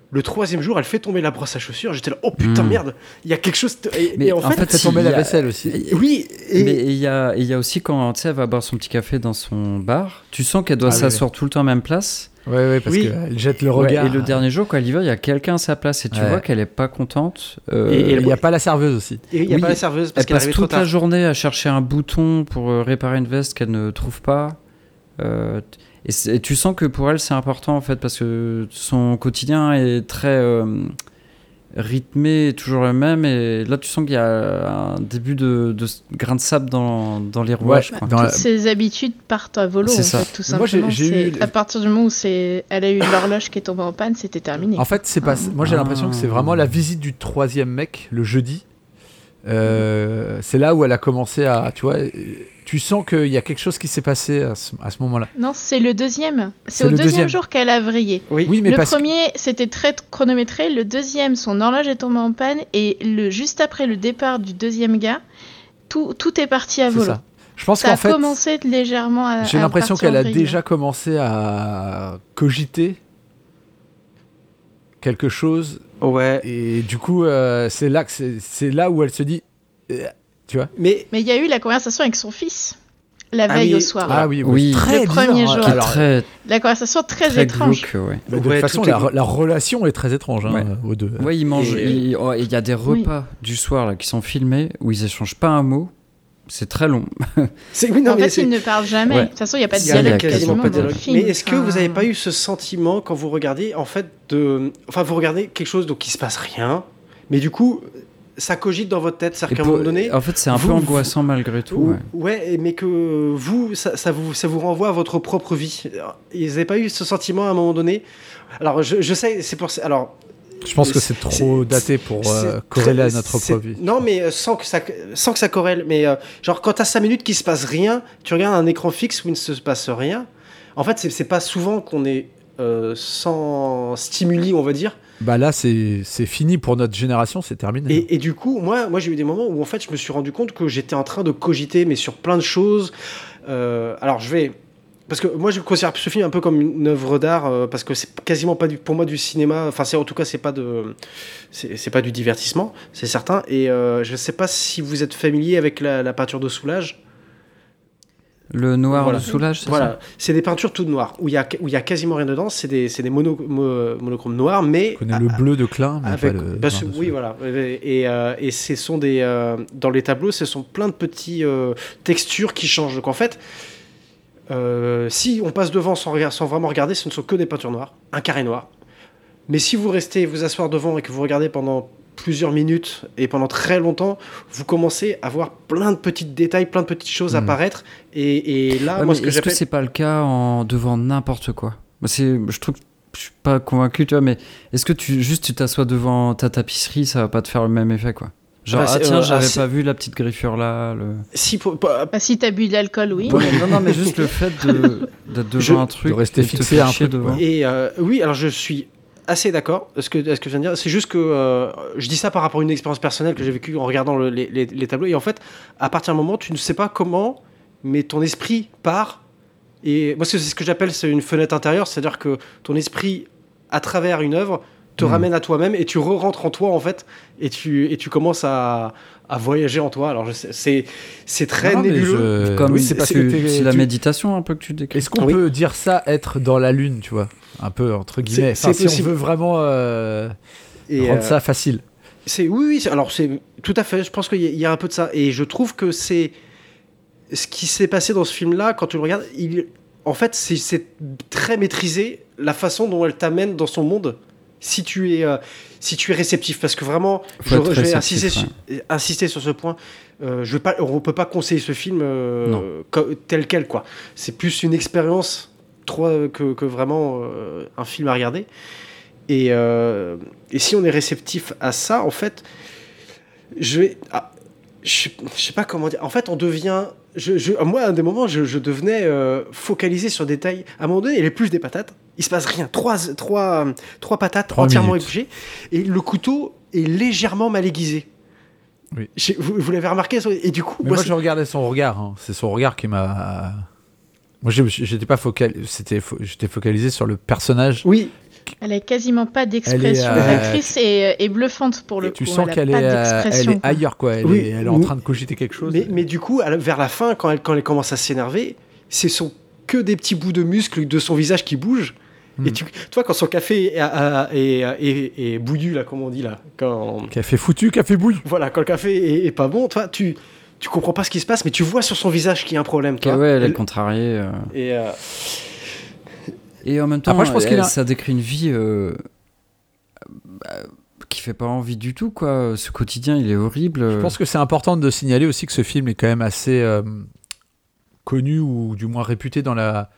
Speaker 4: Le troisième jour, elle fait tomber la brosse à chaussures. J'étais là, oh putain,
Speaker 1: Mm.
Speaker 4: merde, il y a quelque chose. de- Et,
Speaker 1: Mais
Speaker 4: et en,
Speaker 1: en
Speaker 4: fait,
Speaker 1: fait,
Speaker 3: fait,
Speaker 1: si,
Speaker 3: tombé
Speaker 1: il
Speaker 3: la
Speaker 1: y a-
Speaker 3: vaisselle aussi.
Speaker 4: oui, et,
Speaker 1: Mais il y a, il y a aussi quand tu sais, elle va boire son petit café dans son bar, tu sens qu'elle doit
Speaker 3: Ah oui,
Speaker 1: s'asseoir tout le temps à la même place.
Speaker 3: Ouais, ouais, parce
Speaker 4: Oui.
Speaker 3: qu'elle jette le regard.
Speaker 1: Ouais, et le dernier jour, quand elle y va, il y a quelqu'un à sa place et tu
Speaker 3: Ouais.
Speaker 1: vois qu'elle est pas contente. euh,
Speaker 4: Et- et
Speaker 3: Il n'y a pas la serveuse aussi.
Speaker 4: et il n'y a
Speaker 1: oui,
Speaker 4: pas la serveuse parce
Speaker 1: elle
Speaker 4: qu'elle
Speaker 1: passe
Speaker 4: arrivait trop
Speaker 1: toute la
Speaker 4: tard.
Speaker 1: journée à chercher un bouton pour euh, réparer une veste qu'elle ne trouve pas. Euh, t- et, c'est- et tu sens que pour elle, c'est important en fait parce que son quotidien est très euh, rythmé, toujours le même. Et là, tu sens qu'il y a un début de, de s- grain de sable dans, dans les rouages. quoi.
Speaker 3: dans la-
Speaker 5: Ses habitudes partent à volo,
Speaker 1: C'est
Speaker 5: en
Speaker 1: ça.
Speaker 5: fait, tout
Speaker 3: Moi, j'ai-
Speaker 5: simplement.
Speaker 3: j'ai
Speaker 5: C'est-
Speaker 3: eu-
Speaker 5: À partir du moment où c'est... elle a eu l'horloge qui est tombée en panne, c'était terminé.
Speaker 3: En fait, c'est pas. Moi, j'ai
Speaker 1: Ah.
Speaker 3: l'impression que c'est vraiment la visite du troisième mec le jeudi. Euh, c'est là où elle a commencé à. Tu vois, euh, tu sens qu'il y a quelque chose qui s'est passé à ce, à ce moment-là.
Speaker 5: Non, c'est le deuxième.
Speaker 3: C'est
Speaker 5: C'est au
Speaker 3: le
Speaker 5: deuxième,
Speaker 3: deuxième.
Speaker 5: jour qu'elle a vrillé.
Speaker 4: Oui.
Speaker 3: Oui, mais
Speaker 5: le
Speaker 3: parce que.
Speaker 5: premier, c'était très chronométré. Le deuxième, son horloge est tombée en panne. Et le juste après le départ du deuxième gars, tout, tout est parti à
Speaker 3: C'est
Speaker 5: volo.
Speaker 3: ça. Je pense
Speaker 5: Ça
Speaker 3: qu'en
Speaker 5: a
Speaker 3: fait,
Speaker 5: commencé légèrement à.
Speaker 3: j'ai
Speaker 5: à
Speaker 3: l'impression
Speaker 5: partir
Speaker 3: qu'elle a
Speaker 5: en vrille.
Speaker 3: déjà commencé à cogiter quelque chose.
Speaker 4: Ouais.
Speaker 3: Et du coup, euh, c'est là, que c'est- c'est là où elle se dit. euh, Tu vois
Speaker 4: Mais
Speaker 5: Mais il y a eu la conversation avec son fils la
Speaker 4: Ah
Speaker 5: veille
Speaker 4: oui.
Speaker 5: au soir.
Speaker 3: Ah oui,
Speaker 1: Oui.
Speaker 3: très
Speaker 5: Le premier
Speaker 3: bizarre, hein.
Speaker 5: jour.
Speaker 1: Qui est
Speaker 3: Alors,
Speaker 1: très,
Speaker 5: La conversation très,
Speaker 1: très
Speaker 5: étrange.
Speaker 1: glauque, ouais.
Speaker 3: de toute
Speaker 4: Ouais,
Speaker 3: façon,
Speaker 4: tout est
Speaker 3: la,
Speaker 4: gros.
Speaker 3: la relation est très étrange hein,
Speaker 1: Ouais.
Speaker 3: aux deux.
Speaker 1: Ouais, ils mangent.
Speaker 4: Et-
Speaker 1: ils- oh, Il y a des repas du soir là, qui sont filmés où ils échangent pas un mot. C'est très long.
Speaker 4: c'est oui, non,
Speaker 5: en
Speaker 4: mais
Speaker 5: fait,
Speaker 4: c'est-
Speaker 5: ils ne parlent jamais.
Speaker 1: Ouais.
Speaker 5: De toute façon, il n'y a pas de
Speaker 4: Il y a
Speaker 5: dialogue
Speaker 1: quasiment
Speaker 5: quasiment,
Speaker 1: pas de
Speaker 5: dans le
Speaker 1: dialogue.
Speaker 5: film.
Speaker 4: Mais est-ce que
Speaker 5: Enfin,
Speaker 4: vous n'avez pas eu ce sentiment quand vous regardez, en fait, de. Enfin, vous regardez quelque chose, donc il se passe rien, mais du coup, ça cogite dans votre tête,
Speaker 1: Et
Speaker 4: c'est-à-dire qu'à un
Speaker 1: pour-
Speaker 4: moment donné.
Speaker 1: en fait, c'est un
Speaker 4: vous-
Speaker 1: peu angoissant malgré tout.
Speaker 4: ou-
Speaker 1: ouais.
Speaker 4: ouais. et- mais que vous ça, ça vous, ça vous renvoie à votre propre vie. Ils n'avaient pas eu ce sentiment à un moment donné. Alors, je, je sais, c'est pour ça. Alors,
Speaker 3: Je pense que c'est trop
Speaker 4: c'est-
Speaker 3: daté pour euh,
Speaker 4: C'est
Speaker 3: corréler à
Speaker 4: très-
Speaker 3: notre
Speaker 4: c'est-
Speaker 3: propre vie.
Speaker 4: Non, mais euh, sans que ça, sans que ça corrèle. Mais euh, genre, quand t'as 5 minutes qui se passe rien, tu regardes un écran fixe où il ne se passe rien. En fait, c'est- c'est pas souvent qu'on est euh, sans stimuli, on va dire.
Speaker 3: Bah là, c'est c'est fini pour notre génération, c'est terminé.
Speaker 4: Et, et du coup, moi, moi j'ai eu des moments où en fait, je me suis rendu compte que j'étais en train de cogiter, mais sur plein de choses. Euh, alors, je vais. Parce que moi, je considère ce film un peu comme une œuvre d'art, euh, parce que c'est quasiment pas du, pour moi du cinéma. Enfin, c'est en tout cas, c'est pas de, c'est c'est pas du divertissement, c'est certain. Et euh, je sais pas si vous êtes familier avec la, la peinture de Soulage.
Speaker 1: Le noir,
Speaker 4: Voilà.
Speaker 1: le soulage, c'est ça
Speaker 4: Voilà, c'est des peintures toutes noires où il y a où il y a quasiment rien dedans. C'est des c'est des mono- mo- monochromes noirs, mais
Speaker 3: Je connais le bleu de Klein, mais
Speaker 4: avec,
Speaker 3: pas le.
Speaker 4: parce-
Speaker 3: non,
Speaker 4: oui, voilà. Et, euh, et ce sont des. euh, dans les tableaux, ce sont plein de petits euh, textures qui changent. Donc en fait, euh, si on passe devant sans, rega- sans vraiment regarder, ce ne sont que des peintures noires, un carré noir. Mais si vous restez vous asseoir devant et que vous regardez pendant plusieurs minutes et pendant très longtemps, vous commencez à voir plein de petits détails, plein de petites choses
Speaker 3: Mhm.
Speaker 4: apparaître. Et, et là,
Speaker 1: Hmm. Ouais,
Speaker 4: Ah, moi,
Speaker 1: mais
Speaker 4: ce que
Speaker 1: Est-ce que
Speaker 4: j'appelle.
Speaker 1: c'est pas le cas en devant n'importe quoi Moi, c'est, je trouve, je suis pas convaincu, tu vois. Mais est-ce que tu juste tu t'assois devant ta tapisserie, ça va pas te faire le même effet, quoi Genre
Speaker 4: Ah bah,
Speaker 1: ah,
Speaker 4: c'est-
Speaker 1: tiens,
Speaker 4: euh, ah,
Speaker 1: j'avais
Speaker 4: c'est-
Speaker 1: pas vu la petite griffure là. Le...
Speaker 4: Si, pour- pour-
Speaker 5: Bah, si t'as bu de l'alcool, oui.
Speaker 1: Ouais, non, non, mais juste le fait de, d'être devant
Speaker 4: [laughs] Je-
Speaker 1: un truc,
Speaker 3: de rester
Speaker 1: et te
Speaker 3: fixé
Speaker 1: faire
Speaker 3: à un
Speaker 1: chier
Speaker 3: truc,
Speaker 1: devant.
Speaker 3: ouais.
Speaker 4: Et euh, oui, alors je suis assez d'accord. Ce que, ce que je viens de dire, c'est juste que euh, je dis ça par rapport à une expérience personnelle que j'ai vécue en regardant le- les, les- les tableaux. Et en fait, à partir d'un moment, tu ne sais pas comment, mais ton esprit part. Et moi, c'est c'est ce que j'appelle c'est une fenêtre intérieure, c'est-à-dire que ton esprit, à travers une œuvre, te
Speaker 3: Mhm.
Speaker 4: ramène à toi-même et tu re-rentres en toi en fait et tu et tu commences à, à voyager en toi. Alors je sais- c'est c'est très
Speaker 3: Non, mais
Speaker 4: nébuleux.
Speaker 3: je-
Speaker 1: Comme
Speaker 3: Euh, oui,
Speaker 1: c'est
Speaker 3: c'est parce que t'es-
Speaker 1: c'est la
Speaker 3: tu-
Speaker 1: méditation un peu que tu décris.
Speaker 3: Est-ce qu'on
Speaker 4: Oui.
Speaker 3: peut dire ça être dans la lune, tu vois Un peu entre guillemets.
Speaker 4: C'est-
Speaker 3: Enfin,
Speaker 4: c'est
Speaker 3: si on
Speaker 4: possible.
Speaker 3: veut vraiment euh,
Speaker 4: Et,
Speaker 3: rendre
Speaker 4: euh,
Speaker 3: ça facile.
Speaker 4: C'est oui, oui. c'est- Alors c'est tout à fait. Je pense qu'il y, a- il y a un peu de ça, et je trouve que c'est ce qui s'est passé dans ce film-là. Quand tu le regardes, il, en fait, c'est- c'est très maîtrisé la façon dont elle t'amène dans son monde. Si tu es, euh, si tu es réceptif, parce que vraiment, je,
Speaker 1: Faut être
Speaker 4: je vais
Speaker 1: réceptif,
Speaker 4: insister, sur, insister sur ce point. Euh, je vais pas, on peut pas conseiller ce film euh,
Speaker 1: Non.
Speaker 4: co- tel quel, quoi. C'est plus une expérience trois que, que vraiment euh, un film à regarder. Et, euh, et si on est réceptif à ça, en fait, je vais. ah, je, sais- je sais pas comment dire. En fait, on devient. Je, je- moi, à un des moments, je, je devenais euh, focalisé sur des détails. À un moment donné, il est plus des patates. Il se passe rien. Trois, trois, trois patates
Speaker 3: Trois
Speaker 4: entièrement
Speaker 3: minutes.
Speaker 4: épluchées. Et le couteau est légèrement mal aiguisé.
Speaker 3: Oui.
Speaker 4: Je- vous vous l'avez remarqué ça Et du coup,
Speaker 3: Mais
Speaker 4: moi,
Speaker 3: moi,
Speaker 4: c'est-
Speaker 3: je regardais son regard. hein. C'est son regard qui m'a. Moi, j'ai- j'étais pas focal. C'était. fo- J'étais focalisé sur le personnage.
Speaker 4: oui,
Speaker 5: Elle a quasiment pas d'expression.
Speaker 3: Elle est, euh,
Speaker 5: L'actrice est, est bluffante pour le
Speaker 3: Et tu
Speaker 5: coup. hein.
Speaker 3: sens
Speaker 5: elle a
Speaker 3: qu'elle est,
Speaker 5: pas
Speaker 3: euh, elle
Speaker 5: d'expression.
Speaker 3: est ailleurs, quoi. Elle,
Speaker 4: Oui.
Speaker 3: est, elle est en
Speaker 4: Oui.
Speaker 3: train de cogiter quelque chose.
Speaker 4: Mais, mais du coup, à la- vers la fin, quand elle, quand elle commence à s'énerver, c'est son que des petits bouts de muscles de son visage qui bougent.
Speaker 3: Hmm.
Speaker 4: Et tu, toi, quand son café est, à- à- est- est- est bouillu, là, comme on dit, là, quand,
Speaker 3: Café foutu, café bouille.
Speaker 4: voilà, quand le café est, est pas bon, toi, tu, tu comprends pas ce qui se passe, mais tu vois sur son visage qu'il y a un problème.
Speaker 1: Ok,
Speaker 4: Toi.
Speaker 1: ouais, elle est
Speaker 4: Elle-
Speaker 1: contrariée. euh.
Speaker 4: et, euh,
Speaker 1: Et en même temps,
Speaker 3: Après, je pense qu'il
Speaker 1: elle-
Speaker 3: a-
Speaker 1: ça décrit une vie euh, bah, qui fait pas envie du tout, quoi. Ce quotidien, il est horrible.
Speaker 3: Je pense que c'est important de signaler aussi que ce film est quand même assez euh, connu ou du moins réputé dans la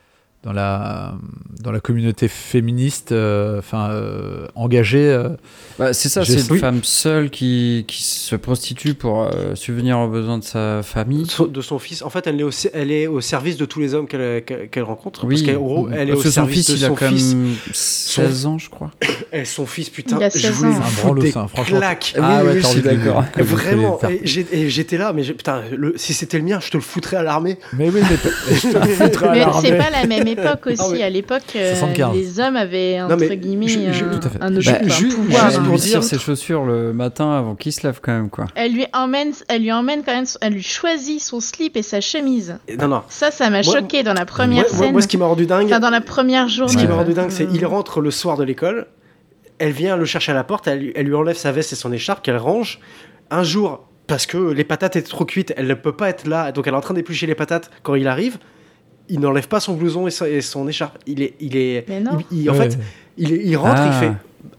Speaker 3: dans la dans la communauté féministe, euh, enfin euh, engagée. euh,
Speaker 1: Bah, c'est ça,
Speaker 3: Je
Speaker 1: c'est
Speaker 3: sais-
Speaker 1: une femme seule qui, qui se prostitue pour euh, subvenir aux besoins de sa famille.
Speaker 4: son- de son fils, en fait, elle est au, elle est au service de tous les hommes qu'elle qu'elle- qu'elle rencontre.
Speaker 1: Oui,
Speaker 4: parce qu'en gros, elle est
Speaker 1: parce
Speaker 4: au
Speaker 1: que son
Speaker 4: service
Speaker 1: fils,
Speaker 4: de
Speaker 1: il a
Speaker 4: son
Speaker 1: quand
Speaker 4: fils.
Speaker 1: même 16 ans, je crois.
Speaker 4: Eh, son fils, putain,
Speaker 5: Il a
Speaker 4: je
Speaker 5: 16
Speaker 4: voulais
Speaker 5: ans.
Speaker 4: lui
Speaker 5: C'est un
Speaker 4: foutre
Speaker 3: branle-seau,
Speaker 4: des
Speaker 3: ça, franchement.
Speaker 4: claques.
Speaker 3: Ah ouais, t'as envie de les-
Speaker 4: Et
Speaker 3: que vous voulez
Speaker 4: Vraiment,
Speaker 3: faire.
Speaker 4: et j'ai- et j'étais là, mais j'ai- putain, le- si c'était le mien, je te le foutrais à l'armée.
Speaker 3: Mais oui, mais
Speaker 4: [laughs] Je te le foutrais à
Speaker 5: Mais
Speaker 4: l'armée.
Speaker 5: c'est pas la même époque aussi.
Speaker 4: Non, mais-
Speaker 5: À l'époque, euh,
Speaker 3: 75.
Speaker 5: les hommes avaient
Speaker 4: Non,
Speaker 5: entre
Speaker 4: mais
Speaker 5: guillemets
Speaker 4: je- je-
Speaker 5: un,
Speaker 3: tout à fait.
Speaker 5: un autre
Speaker 1: Bah,
Speaker 5: un
Speaker 4: ju-
Speaker 5: pouvoir.
Speaker 4: juste
Speaker 1: Juste
Speaker 5: hein.
Speaker 1: pour
Speaker 4: pour
Speaker 1: dire
Speaker 4: dire-
Speaker 1: ses chaussures le matin avant qu'il se lave, quand même, quoi.
Speaker 5: Elle lui emmène, elle lui emmène quand même, son- elle lui choisit son slip et sa chemise.
Speaker 4: Non, non.
Speaker 5: Ça, ça m'a
Speaker 4: Moi-
Speaker 5: choqué dans la première
Speaker 4: moi,
Speaker 5: scène.
Speaker 4: moi- moi, ce qui m'a rendu dingue,
Speaker 5: Enfin, dans la première journée.
Speaker 4: ce qui m'a
Speaker 5: quoi.
Speaker 4: rendu dingue, c'est
Speaker 5: Euh,
Speaker 4: il rentre le soir de l'école, elle vient le chercher à la porte, elle, lui- elle lui enlève sa veste et son écharpe qu'elle range. Un jour, parce que les patates étaient trop cuites, elle ne peut pas être là, donc elle est en train d'éplucher les patates quand il arrive. Il n'enlève pas son blouson et, son- et son écharpe. Il est, il est,
Speaker 5: Mais non.
Speaker 4: il- il- en fait, il, est- il rentre,
Speaker 1: Ah.
Speaker 4: il fait,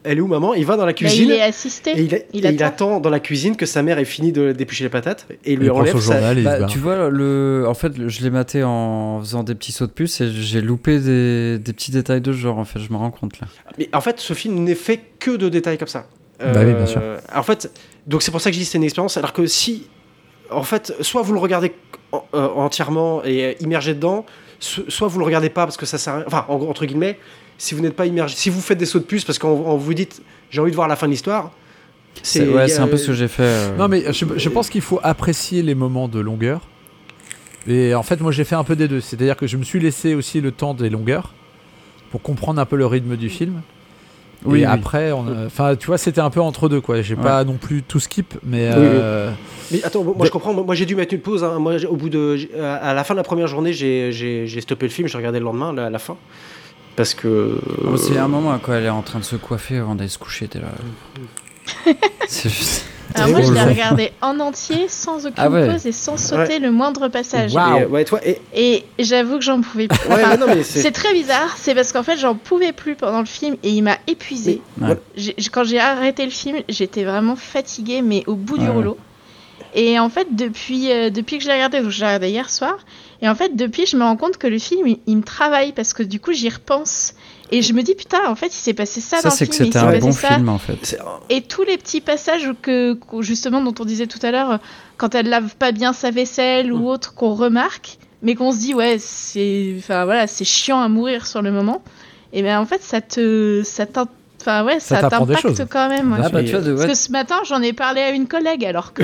Speaker 4: elle est où maman Il va dans la
Speaker 5: bah,
Speaker 4: cuisine.
Speaker 5: il est
Speaker 4: Et
Speaker 5: assisté.
Speaker 4: il, a-
Speaker 5: Il
Speaker 4: et il attend.
Speaker 5: attend.
Speaker 4: dans la cuisine que sa mère ait fini de d'éplucher les patates et
Speaker 3: il
Speaker 4: lui
Speaker 3: prend
Speaker 4: enlève
Speaker 3: son hein.
Speaker 4: sa...
Speaker 3: journal et il se
Speaker 1: Bah,
Speaker 3: barre.
Speaker 1: tu vois, le, en fait, le- je l'ai maté en faisant des petits sauts de puce et j'ai loupé des, des petits détails de ce genre, en fait, je me rends compte là.
Speaker 4: Mais en fait, ce film n'est fait que de détails comme ça. Euh,
Speaker 3: Bah oui, bien sûr.
Speaker 4: En fait, donc c'est pour ça que je dis que c'est une expérience. Alors que si, en fait, soit vous le regardez en- euh, entièrement et euh, immergé dedans, so- soit vous le regardez pas parce que ça sert. à rien. Enfin, en gros, entre guillemets, si vous n'êtes pas immergé, si vous faites des sauts de puce parce qu'on on vous dit j'ai envie de voir la fin de l'histoire,
Speaker 1: C'est ouais,
Speaker 4: il y a-
Speaker 1: c'est un peu ce que j'ai fait. euh,
Speaker 3: Non, mais je, je pense qu'il faut apprécier les moments de longueur. Et en fait, moi, j'ai fait un peu des deux. C'est-à-dire que je me suis laissé aussi le temps des longueurs pour comprendre un peu le rythme du film.
Speaker 1: Oui,
Speaker 3: et
Speaker 1: oui.
Speaker 3: après, on a- enfin, tu vois, c'était un peu entre deux, quoi. J'ai
Speaker 1: Ouais.
Speaker 3: pas non plus tout skip, mais
Speaker 4: Oui, oui.
Speaker 3: euh,
Speaker 4: Mais attends, moi je comprends, moi moi, j'ai dû mettre une pause. hein. Moi, j'ai- au bout de, j'ai- à à la fin de la première journée, j'ai- j'ai j'ai stoppé le film, j'ai regardé le lendemain, là, à la fin. Parce que. euh,
Speaker 1: Ah, mais C'est un moment, quoi, elle est en train de se coiffer avant d'aller se coucher, t'es là. euh.
Speaker 5: [laughs]
Speaker 1: c'est juste.
Speaker 5: Alors moi, je l'ai
Speaker 3: Bonjour.
Speaker 5: regardé en entier, sans aucune
Speaker 1: Ah ouais.
Speaker 5: pause et sans sauter le moindre passage.
Speaker 4: Et,
Speaker 3: Waouh.
Speaker 4: euh, ouais, toi, et-
Speaker 5: Et j'avoue que j'en pouvais plus.
Speaker 4: ouais,
Speaker 5: Enfin,
Speaker 4: mais non, mais
Speaker 5: [laughs] C'est
Speaker 4: [laughs] c'est.
Speaker 5: très bizarre, c'est parce qu'en fait j'en pouvais plus pendant le film et il m'a épuisé.
Speaker 1: Mais- Ouais.
Speaker 5: Quand j'ai arrêté le film, j'étais vraiment fatiguée, mais au bout du
Speaker 1: Ouais.
Speaker 5: rouleau. Et en fait, depuis, euh, depuis que je l'ai regardé, donc je l'ai regardé hier soir, et en fait, depuis, je me rends compte que le film il, il me travaille parce que du coup j'y repense. Et je me dis, putain, en fait, il s'est passé ça,
Speaker 1: Ça,
Speaker 5: dans le
Speaker 1: c'est
Speaker 5: film,
Speaker 1: que
Speaker 5: et il
Speaker 1: c'était
Speaker 5: s'est
Speaker 1: un
Speaker 5: passé
Speaker 1: bon
Speaker 5: ça.
Speaker 1: film, en fait.
Speaker 4: c'est-
Speaker 5: Et tous les petits passages que, qu'au- justement dont on disait tout à l'heure, euh, quand elle lave pas bien sa vaisselle
Speaker 4: Mm.
Speaker 5: ou autre, qu'on remarque, mais qu'on se dit ouais c'est, enfin voilà c'est chiant à mourir sur le moment. Et ben en fait ça te, ça t'in- Enfin, ouais,
Speaker 3: Ça
Speaker 5: ça,
Speaker 3: t'apprend des choses.
Speaker 5: t'impacte quand même. ouais.
Speaker 1: Ah, bah,
Speaker 4: suis-
Speaker 1: tu vois, de-
Speaker 5: Parce
Speaker 1: ouais,
Speaker 5: que ce matin, j'en ai parlé à une collègue, alors que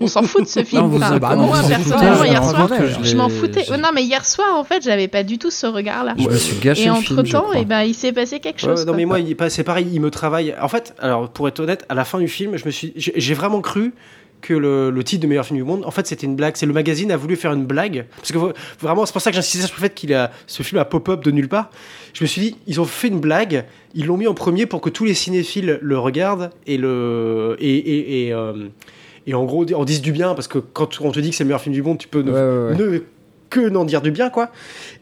Speaker 5: on s'en fout
Speaker 4: [laughs]
Speaker 5: de ce film.
Speaker 1: Non, vous
Speaker 5: Enfin,
Speaker 1: en-
Speaker 3: bah,
Speaker 5: moi,
Speaker 3: non, vous en
Speaker 5: personnellement,
Speaker 3: foutez,
Speaker 5: hier
Speaker 3: on en
Speaker 5: soir,
Speaker 3: parle.
Speaker 1: que
Speaker 5: je m'en
Speaker 1: l'ai-
Speaker 5: foutais. Oh,
Speaker 1: j'ai-
Speaker 5: Non, mais hier soir, en fait, j'avais pas du tout ce regard-là.
Speaker 1: Je me suis gâché
Speaker 5: Et
Speaker 1: le film,
Speaker 5: entre
Speaker 1: je
Speaker 5: temps,
Speaker 1: crois.
Speaker 5: et ben, il s'est passé quelque
Speaker 4: Ouais,
Speaker 5: chose.
Speaker 4: non
Speaker 5: quoi.
Speaker 4: mais moi il est pas- c'est pareil, il me travaille. En fait, alors pour être honnête, à la fin du film, je me suis, j'ai j'ai vraiment cru que le, le titre de meilleur film du monde, en fait c'était une blague. C'est le magazine a voulu faire une blague parce que vo- vraiment c'est pour ça que j'insistais sur le fait qu'il a ce film a pop-up de nulle part. Je me suis dit ils ont fait une blague, ils l'ont mis en premier pour que tous les cinéphiles le regardent et le et et, et, euh, et en gros en disent du bien parce que quand on te dit que c'est le meilleur film du monde, tu peux ne
Speaker 1: Ouais, ouais, ouais.
Speaker 4: ne que n'en dire du bien quoi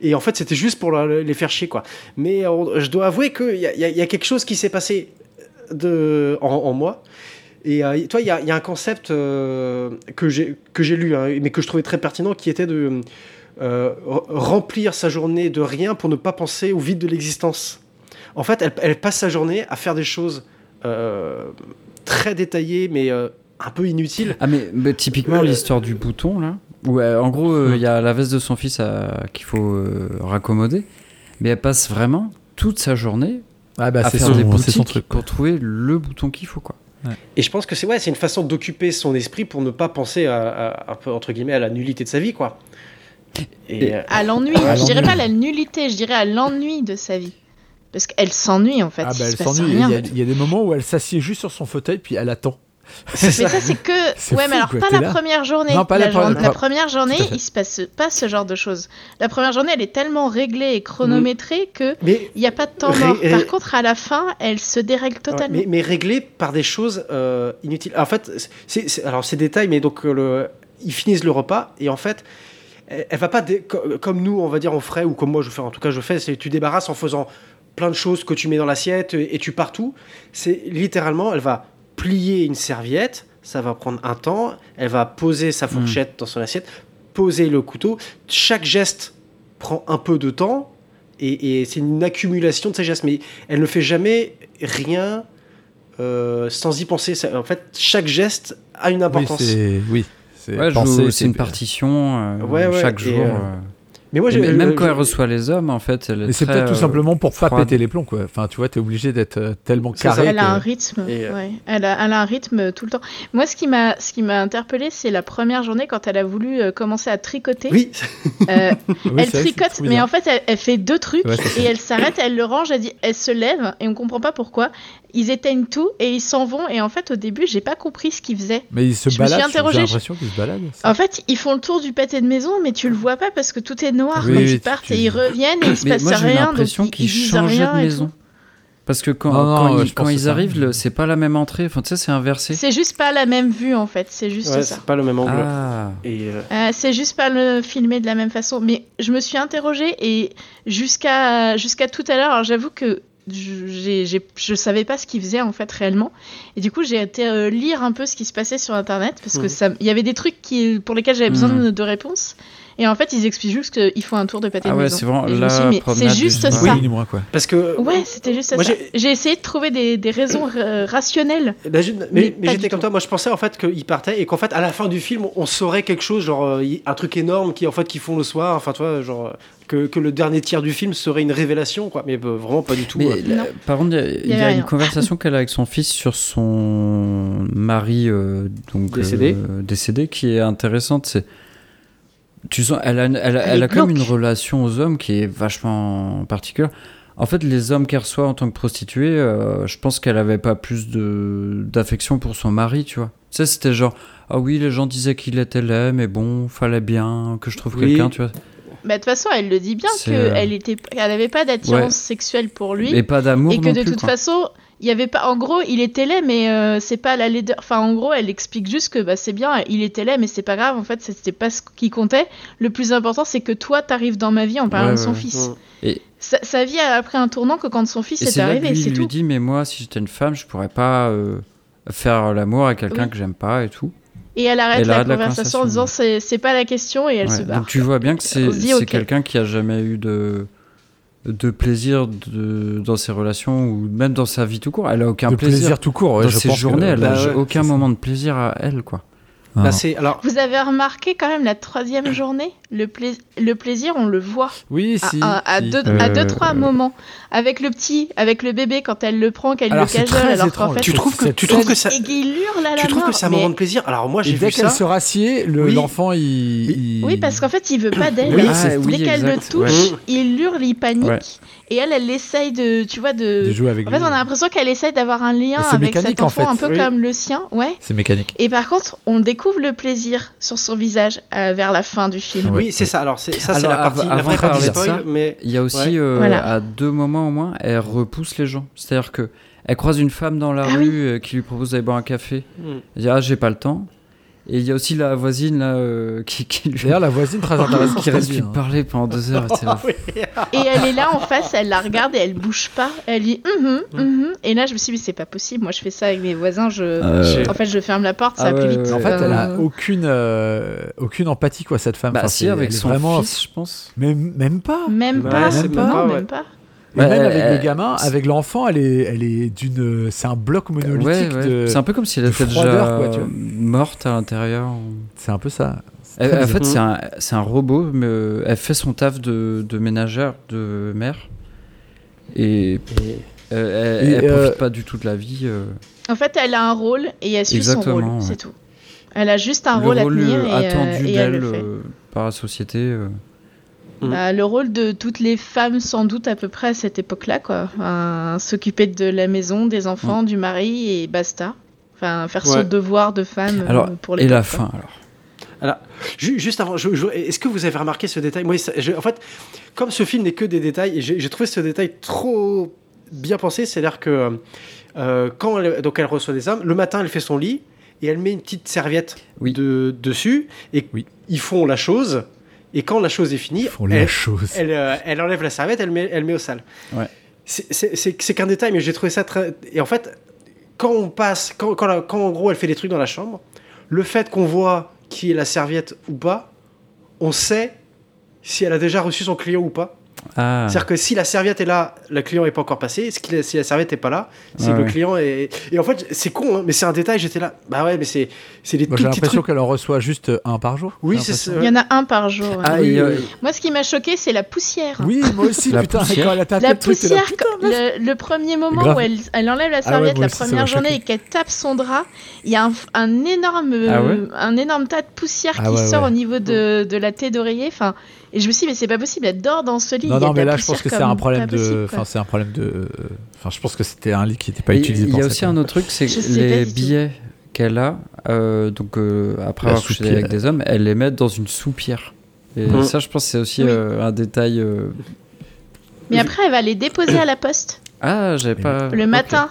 Speaker 4: et en fait c'était juste pour le- les faire chier quoi mais on- je dois avouer qu'il y, a- il y a- il y a quelque chose qui s'est passé euh, de, en, en moi et euh, toi il y a, il y a un concept euh, que j'ai que j'ai lu hein, mais que je trouvais très pertinent qui était de euh, re- remplir sa journée de rien pour ne pas penser au vide de l'existence en fait elle, elle passe sa journée à faire des choses euh, très détaillées mais euh, un peu inutiles
Speaker 1: Ah mais, mais
Speaker 3: Euh,
Speaker 1: typiquement l'histoire du bouton là, où euh, en gros euh, il y a la veste de son fils à- qu'il faut euh, raccommoder, mais elle passe vraiment toute sa journée
Speaker 3: Ah bah
Speaker 1: à
Speaker 3: c'est
Speaker 1: faire des
Speaker 3: son, c'est
Speaker 1: boutiques
Speaker 3: son truc.
Speaker 1: pour trouver le bouton qu'il faut quoi.
Speaker 4: Et je pense que c'est ouais, c'est une façon d'occuper son esprit pour ne pas penser à, à- un peu entre guillemets à la nullité de sa vie quoi. Et,
Speaker 1: Et-
Speaker 4: euh,
Speaker 5: À l'ennui.
Speaker 3: À
Speaker 5: Je dirais
Speaker 3: l'ennui.
Speaker 5: pas la nullité, je dirais à l'ennui de sa vie. Parce qu'elle s'ennuie, en fait.
Speaker 3: Ah
Speaker 5: il
Speaker 3: bah
Speaker 5: se
Speaker 3: elle
Speaker 5: passe
Speaker 3: s'ennuie. Il y
Speaker 5: rien.
Speaker 3: a- il y, a des moments où elle s'assied juste sur son fauteuil puis elle attend.
Speaker 5: [laughs]
Speaker 4: c'est
Speaker 5: Mais
Speaker 4: ça.
Speaker 5: ça, c'est que.
Speaker 3: [laughs] C'est
Speaker 5: ouais,
Speaker 3: fou,
Speaker 5: mais alors,
Speaker 3: quoi,
Speaker 5: pas
Speaker 3: t'es
Speaker 5: la
Speaker 3: là.
Speaker 5: première journée.
Speaker 3: Non, pas la
Speaker 5: jour-
Speaker 3: première-
Speaker 5: la
Speaker 3: pas-
Speaker 5: première journée,
Speaker 3: Tout à fait.
Speaker 5: il se passe pas ce genre de choses. La première journée, elle est tellement réglée et chronométrée
Speaker 3: Mm.
Speaker 5: que
Speaker 4: Mais,
Speaker 5: il n'y a pas de temps
Speaker 4: Ré-
Speaker 5: mort.
Speaker 4: ré-
Speaker 5: Par contre, à la fin, elle se dérègle totalement.
Speaker 4: mais mais réglé par des choses euh, inutiles. En fait, c'est c'est- alors c'est détail, mais donc euh, le, ils finissent le repas et en fait. Elle elle va pas dé- co- comme nous on va dire on ferait ou comme moi je fais en tout cas je fais c'est tu débarrasses en faisant plein de choses que tu mets dans l'assiette et et tu pars tout c'est littéralement elle va plier une serviette ça va prendre un temps elle va poser sa fourchette dans son assiette poser le couteau chaque geste prend un peu de temps et, et c'est une accumulation de ces gestes mais elle ne fait jamais rien euh, sans y penser Ça- en fait chaque geste a une
Speaker 3: Oui,
Speaker 4: importance
Speaker 3: c'est oui. C'est
Speaker 1: Ouais, je
Speaker 3: penser,
Speaker 1: joue- c'est une
Speaker 3: euh,
Speaker 1: partition euh,
Speaker 4: Ouais, ouais,
Speaker 1: chaque
Speaker 4: et,
Speaker 1: jour.
Speaker 4: euh,
Speaker 1: euh,
Speaker 4: mais moi
Speaker 1: et
Speaker 4: j'ai-
Speaker 1: même- même
Speaker 4: je-
Speaker 1: quand elle
Speaker 4: je-
Speaker 1: reçoit les hommes en fait, elle est
Speaker 3: Mais c'est
Speaker 1: très,
Speaker 3: peut-être tout
Speaker 1: euh,
Speaker 3: simplement pour pas
Speaker 1: froide.
Speaker 3: péter les plombs quoi. Enfin tu vois t'es obligé d'être euh, tellement
Speaker 4: C'est ça.
Speaker 3: carré.
Speaker 5: Elle a un
Speaker 3: que-
Speaker 5: rythme,
Speaker 4: Et, euh,
Speaker 5: ouais. elle, a, elle a un rythme tout le temps. Moi, ce qui m'a, ce qui m'a interpellé, c'est la première journée quand elle a voulu euh, commencer à tricoter.
Speaker 4: oui
Speaker 5: Euh,
Speaker 3: [laughs] Oui,
Speaker 5: elle
Speaker 3: c'est vrai que c'est
Speaker 5: tricote,
Speaker 3: trop
Speaker 5: mais
Speaker 3: bizarre.
Speaker 5: en fait, elle, elle fait deux trucs
Speaker 3: Ouais, c'est ça.
Speaker 5: et elle s'arrête, elle le range, elle dit, elle se lève et on comprend pas pourquoi. Ils éteignent tout et ils s'en vont. Et en fait, au début, j'ai pas compris ce qu'ils faisaient.
Speaker 3: Mais il se
Speaker 5: Je me suis
Speaker 3: balade. J'ai
Speaker 5: interrogée,
Speaker 3: l'impression qu'il se balade. ça.
Speaker 5: En fait, ils font le tour du pâté de maison, mais tu le vois pas parce que tout est noir
Speaker 3: Oui,
Speaker 5: quand
Speaker 3: oui,
Speaker 5: ils
Speaker 3: tu-
Speaker 5: partent
Speaker 3: tu-
Speaker 5: et ils reviennent et il se
Speaker 1: Mais
Speaker 5: passe
Speaker 1: moi j'ai
Speaker 5: rien. donc
Speaker 1: l'impression
Speaker 5: ils-
Speaker 1: qu'ils
Speaker 5: ils disent
Speaker 1: changeaient
Speaker 5: rien
Speaker 1: de
Speaker 5: et
Speaker 1: maison.
Speaker 5: tout.
Speaker 1: Parce que quand,
Speaker 3: Non, Ah non,
Speaker 1: quand,
Speaker 3: ouais,
Speaker 1: ils,
Speaker 3: je pense
Speaker 1: quand
Speaker 3: que
Speaker 1: ils
Speaker 3: c'est ça.
Speaker 1: arrivent, le- c'est pas la même entrée. Enfin, tu sais, c'est inversé.
Speaker 5: C'est juste pas la même vue en fait, c'est juste
Speaker 4: Ouais,
Speaker 5: ça.
Speaker 4: c'est pas le même angle
Speaker 1: Ah,
Speaker 4: et euh,
Speaker 5: Euh, c'est juste pas le filmer de la même façon. Mais je me suis interrogée et jusqu'à jusqu'à tout à l'heure, alors j'avoue que je- j'ai- j'ai- je savais pas ce qu'ils faisaient en fait réellement. Et du coup, j'ai été euh, lire un peu ce qui se passait sur internet parce
Speaker 4: Mhm.
Speaker 5: que ça, il y avait des trucs qui, pour lesquels j'avais besoin
Speaker 1: Mhm.
Speaker 5: de, de réponses. Et en fait, ils expliquent juste qu'ils font un tour de pâté
Speaker 1: ah
Speaker 5: de
Speaker 1: ouais,
Speaker 5: maison.
Speaker 1: c'est vraiment
Speaker 5: Et je me
Speaker 1: la
Speaker 5: suis dit, mais
Speaker 1: promenade
Speaker 5: c'est
Speaker 1: du
Speaker 5: juste
Speaker 1: soir.
Speaker 5: ça.
Speaker 3: Oui, ni moins, quoi.
Speaker 4: parce que
Speaker 5: Ouais, c'était juste
Speaker 4: Moi,
Speaker 5: ça.
Speaker 4: j'ai-
Speaker 5: J'ai essayé de trouver des, des raisons euh, rationnelles.
Speaker 4: Bah, je- mais,
Speaker 5: Mais
Speaker 4: mais
Speaker 5: pas
Speaker 4: j'étais
Speaker 5: du
Speaker 4: comme
Speaker 5: tout.
Speaker 4: toi, moi je pensais en fait qu'il partait et qu'en fait à la fin du film on, on saurait quelque chose, genre euh, y- un truc énorme qui en fait qu'ils font le soir, enfin toi genre euh, que, que le dernier tiers du film serait une révélation quoi, mais bah, vraiment pas du tout.
Speaker 1: Mais
Speaker 4: euh.
Speaker 1: la-
Speaker 5: Non.
Speaker 1: par contre, il y a- il y,
Speaker 5: avait
Speaker 1: a
Speaker 5: rien.
Speaker 1: une conversation qu'elle a avec son fils sur son mari euh, donc
Speaker 4: Décédé.
Speaker 1: euh, décédé, qui est intéressante. C'est tu sens, elle a, elle, a- elle a
Speaker 5: est
Speaker 1: comme
Speaker 5: glauque.
Speaker 1: une relation aux hommes qui est vachement particulière. En fait, les hommes qu'elle reçoit en tant que prostituée, euh, je pense qu'elle avait pas plus de d'affection pour son mari, tu vois. Tu sais, c'était genre ah oui, les gens disaient qu'il était laid, mais bon, fallait bien que je trouve
Speaker 4: Oui.
Speaker 1: quelqu'un, tu vois.
Speaker 5: Bah, de toute façon, elle le dit bien
Speaker 1: C'est, euh,
Speaker 5: qu'elle était, elle avait pas d'attirance
Speaker 1: Ouais.
Speaker 5: sexuelle pour lui.
Speaker 1: Et pas d'amour
Speaker 5: et que
Speaker 1: non
Speaker 5: de
Speaker 1: plus,
Speaker 5: toute
Speaker 1: quoi.
Speaker 5: façon il y avait pas en gros il était laid mais euh, c'est pas la laideur enfin en gros elle explique juste que bah, c'est bien il était laid mais c'est pas grave en fait c'était pas ce qui comptait le plus important c'est que toi t'arrives dans ma vie en parlant
Speaker 1: Ouais,
Speaker 5: de son
Speaker 1: ouais,
Speaker 5: fils
Speaker 4: ouais.
Speaker 1: Et-
Speaker 5: sa, sa vie elle a pris un tournant que quand son fils
Speaker 1: Et
Speaker 5: est
Speaker 1: c'est là que
Speaker 5: arrivé
Speaker 1: lui,
Speaker 5: c'est
Speaker 1: lui
Speaker 5: tout
Speaker 1: dit mais moi si j'étais une femme je pourrais pas euh, faire l'amour à quelqu'un
Speaker 5: Oui.
Speaker 1: que j'aime pas et tout.
Speaker 5: et elle arrête
Speaker 1: elle
Speaker 5: la,
Speaker 1: arrête la
Speaker 5: conversation en
Speaker 1: conversation.
Speaker 5: disant c'est c'est pas la question et elle
Speaker 1: Ouais,
Speaker 5: se barre
Speaker 1: Donc tu vois bien que c'est
Speaker 5: On se dit,
Speaker 1: c'est
Speaker 5: ok.
Speaker 1: quelqu'un qui a jamais eu de de plaisir de, dans ses relations ou même dans sa vie tout court. Elle a aucun
Speaker 3: Le
Speaker 1: plaisir,
Speaker 3: plaisir tout court. ouais,
Speaker 1: dans
Speaker 3: je
Speaker 1: ses
Speaker 3: pense que-
Speaker 1: journées. Elle
Speaker 3: Bah
Speaker 1: a
Speaker 3: ouais,
Speaker 1: aucun
Speaker 3: c'est ça.
Speaker 1: moment de plaisir à elle quoi.
Speaker 4: Bah, c'est alors
Speaker 5: Vous avez remarqué quand même
Speaker 1: [coughs]
Speaker 5: la troisième journée le, plais- le plaisir, on le voit
Speaker 3: Oui,
Speaker 5: à,
Speaker 3: si.
Speaker 5: à- à
Speaker 3: si.
Speaker 5: deux,
Speaker 1: Euh,
Speaker 5: à deux, trois moments. Avec le petit, avec le bébé, quand elle le prend, qu'elle
Speaker 3: Alors,
Speaker 5: le
Speaker 3: c'est
Speaker 5: cajole,
Speaker 3: très
Speaker 5: alors qu'en
Speaker 3: étrange.
Speaker 5: fait...
Speaker 4: tu trouves que
Speaker 3: cette
Speaker 4: tu trouves que ça
Speaker 5: Et qu'il hurle à la
Speaker 4: tu trouves que
Speaker 5: mort,
Speaker 4: c'est un
Speaker 5: Ah mais-
Speaker 4: moment de plaisir. Alors moi
Speaker 3: Et
Speaker 4: j'ai
Speaker 3: dès
Speaker 4: vu
Speaker 3: qu'elle
Speaker 4: ça.
Speaker 3: se rassied, le-
Speaker 4: Oui.
Speaker 3: l'enfant, il, il-
Speaker 5: Oui, parce qu'en fait, il veut pas d'elle.
Speaker 1: Oui,
Speaker 5: Ah,
Speaker 1: c'est- oui,
Speaker 5: Dès qu'elle le
Speaker 1: exact, ouais.
Speaker 5: touche, il hurle, il panique.
Speaker 1: Ouais.
Speaker 5: Et elle, elle essaye de, tu vois,
Speaker 3: de
Speaker 5: de.
Speaker 3: jouer avec
Speaker 5: En fait,
Speaker 3: lui.
Speaker 5: on a l'impression qu'elle essaye d'avoir un lien
Speaker 3: Mais c'est
Speaker 5: avec cet
Speaker 3: mécanique, en
Speaker 5: enfant,
Speaker 3: fait.
Speaker 5: un peu
Speaker 4: Oui.
Speaker 5: comme le sien, ouais.
Speaker 3: C'est mécanique.
Speaker 5: Et par contre, on découvre le plaisir sur son visage euh, vers la fin du film.
Speaker 4: Oui, c'est ça. Alors c'est ça c'est
Speaker 1: Alors,
Speaker 4: la
Speaker 1: av-
Speaker 4: partie la
Speaker 1: avant
Speaker 4: vraie
Speaker 1: de
Speaker 4: partie
Speaker 1: parler de
Speaker 4: spoil
Speaker 1: ça,
Speaker 4: mais
Speaker 1: Il y a aussi
Speaker 4: Ouais.
Speaker 1: euh,
Speaker 5: Voilà.
Speaker 1: à deux moments au moins, elle repousse les gens. C'est-à-dire que elle croise une femme dans la
Speaker 5: Ah
Speaker 1: rue euh, qui lui propose d'aller boire un café.
Speaker 4: Mm.
Speaker 1: Elle dit ah j'ai pas le temps. Et il y a aussi la voisine là euh, [laughs] qui, qui lui
Speaker 3: D'ailleurs, la voisine [laughs] très intéressante
Speaker 1: qui reste
Speaker 3: aussi,
Speaker 1: lui
Speaker 3: hein. Ah
Speaker 1: parler pendant deux heures. C'est
Speaker 3: [laughs]
Speaker 1: vrai.
Speaker 5: Et elle est là en face, elle la regarde et elle bouge pas. Elle dit mhm, mhm. Et là, je me suis dit, mais c'est pas possible. Moi, je fais ça avec mes voisins. Je...
Speaker 1: Euh,
Speaker 5: En fait, je ferme la porte, ça
Speaker 1: Ah
Speaker 5: va plus
Speaker 1: ouais,
Speaker 5: vite.
Speaker 1: ouais,
Speaker 3: En fait, elle a
Speaker 5: Euh,
Speaker 3: aucune, euh, aucune empathie, quoi, cette femme.
Speaker 1: bah
Speaker 3: Enfin,
Speaker 1: si
Speaker 3: c'est-
Speaker 1: avec
Speaker 3: elle est
Speaker 1: son
Speaker 3: vraiment...
Speaker 1: fils je pense.
Speaker 3: Même, même pas.
Speaker 5: Même
Speaker 4: Ouais,
Speaker 5: pas,
Speaker 4: c'est
Speaker 5: même
Speaker 4: même pas,
Speaker 5: pas,
Speaker 4: ouais.
Speaker 5: même pas.
Speaker 3: Et même avec
Speaker 1: elle-
Speaker 3: le gamin, avec l'enfant, elle est, elle est d'une. C'est un bloc monolithique.
Speaker 1: Ouais, ouais.
Speaker 3: de-
Speaker 1: C'est un peu comme si elle
Speaker 3: de
Speaker 1: était déjà
Speaker 3: froideur, quoi, tu vois.
Speaker 1: morte à l'intérieur.
Speaker 3: C'est un peu ça. C'est
Speaker 1: Elle-
Speaker 3: très
Speaker 1: En fait,
Speaker 4: bizarre.
Speaker 1: c'est un, c'est un robot, mais euh, elle fait son taf de, de ménagère, de mère. Et
Speaker 4: Et-
Speaker 1: euh, elle,
Speaker 3: Et,
Speaker 1: elle
Speaker 3: euh,
Speaker 1: profite pas du tout de la vie. euh.
Speaker 5: En fait, elle a un rôle et elle suit son rôle,
Speaker 1: Exactement, ouais.
Speaker 5: c'est tout. Elle a juste un
Speaker 1: le
Speaker 5: rôle,
Speaker 1: rôle
Speaker 5: à tenir
Speaker 1: euh,
Speaker 5: et, euh,
Speaker 1: attendu
Speaker 5: et elle
Speaker 1: d'elle
Speaker 5: le fait.
Speaker 1: euh, par la société. euh.
Speaker 5: Bah, le rôle de toutes les femmes, sans doute, à peu près à cette époque-là, quoi. Enfin, S'occuper de la maison, des enfants,
Speaker 1: Mm.
Speaker 5: du mari et basta. Enfin, faire son
Speaker 4: Ouais.
Speaker 5: devoir de femme euh,
Speaker 1: Alors,
Speaker 5: pour les
Speaker 1: et la fin, alors.
Speaker 4: Ju- Juste avant, je- je- est-ce que vous avez remarqué ce détail Moi, ça- je- en fait, comme ce film n'est que des détails, et j'ai j'ai trouvé ce détail trop bien pensé. C'est-à-dire que euh, quand elle, donc elle reçoit des âmes, le matin, elle fait son lit et elle met une petite serviette
Speaker 1: Oui.
Speaker 4: de- dessus et
Speaker 3: Oui.
Speaker 4: ils font la chose. Et quand la chose est finie,
Speaker 3: Ils font la
Speaker 4: elle,
Speaker 3: chose.
Speaker 4: elle, euh, elle enlève la serviette, elle met, elle met au sale.
Speaker 1: Ouais.
Speaker 4: C'est- C'est c'est- c'est qu'un détail, mais j'ai trouvé ça très. Et en fait, quand on passe, quand, quand, la- quand en gros elle fait des trucs dans la chambre, le fait qu'on voit qui est la serviette ou pas, on sait si elle a déjà reçu son client ou pas.
Speaker 1: Ah,
Speaker 4: C'est-à-dire que si la serviette est là, le client n'est pas encore passé. Si la- si la serviette n'est pas là, c'est
Speaker 1: Ouais,
Speaker 4: que le
Speaker 1: ouais.
Speaker 4: client est. Et en fait, c'est con, hein, mais c'est un détail. J'étais là. Bah ouais, mais c'est c'est des
Speaker 3: Moi,
Speaker 4: tout
Speaker 3: J'ai
Speaker 4: petits
Speaker 3: l'impression
Speaker 4: trucs.
Speaker 3: qu'elle en reçoit juste un par jour.
Speaker 4: Oui, c'est
Speaker 3: J'ai l'impression.
Speaker 4: ça.
Speaker 5: Il y en a un par jour. ouais.
Speaker 1: Ah, et, euh,
Speaker 5: Moi, ce qui m'a choqué, c'est la poussière.
Speaker 3: Oui, moi [laughs] aussi,
Speaker 1: La
Speaker 3: putain.
Speaker 1: poussière.
Speaker 3: Quand elle a tapé
Speaker 5: La
Speaker 3: le Ah, truc, t'es là,
Speaker 5: poussière, quand- le, le premier moment
Speaker 3: Grave. Ah
Speaker 5: où elle, elle enlève la
Speaker 3: ouais,
Speaker 5: serviette,
Speaker 3: moi
Speaker 5: la
Speaker 3: aussi, ça
Speaker 5: première
Speaker 3: m'a
Speaker 5: journée,
Speaker 3: choqué.
Speaker 5: et qu'elle tape son drap, il y a un, un énorme,
Speaker 1: Ah ouais
Speaker 5: un énorme tas de poussière
Speaker 3: Ah
Speaker 5: qui
Speaker 3: ouais,
Speaker 5: sort
Speaker 3: ouais.
Speaker 5: au niveau de, de la tête d'oreiller. Enfin, et je me suis dit, mais c'est pas possible, elle dort dans ce lit.
Speaker 3: Non,
Speaker 5: il y a
Speaker 3: non,
Speaker 5: de
Speaker 3: mais
Speaker 5: la
Speaker 3: là, je pense
Speaker 5: poussière
Speaker 3: que c'est
Speaker 5: comme
Speaker 3: un problème
Speaker 5: pas
Speaker 3: de.
Speaker 5: possible, quoi.
Speaker 3: Enfin, c'est un problème de. Enfin, je pense que c'était un lit qui n'était pas
Speaker 1: et
Speaker 3: utilisé
Speaker 1: Il
Speaker 3: pour
Speaker 1: y a
Speaker 3: ça,
Speaker 1: aussi
Speaker 3: quoi.
Speaker 1: un autre truc, c'est
Speaker 5: Je
Speaker 1: que
Speaker 5: sais pas
Speaker 1: les
Speaker 5: du tout.
Speaker 1: billets qu'elle a, euh, donc euh, après
Speaker 3: La
Speaker 1: avoir couché
Speaker 3: soupière. Mmh.
Speaker 1: avec des hommes, elle les met dans une soupière. Et
Speaker 4: Mm.
Speaker 1: ça, je pense, que c'est aussi
Speaker 5: Oui.
Speaker 1: euh, un détail. euh,
Speaker 5: Mais après, elle va les déposer à la poste
Speaker 1: Ah, j'avais
Speaker 3: Mais
Speaker 1: pas.
Speaker 5: le matin.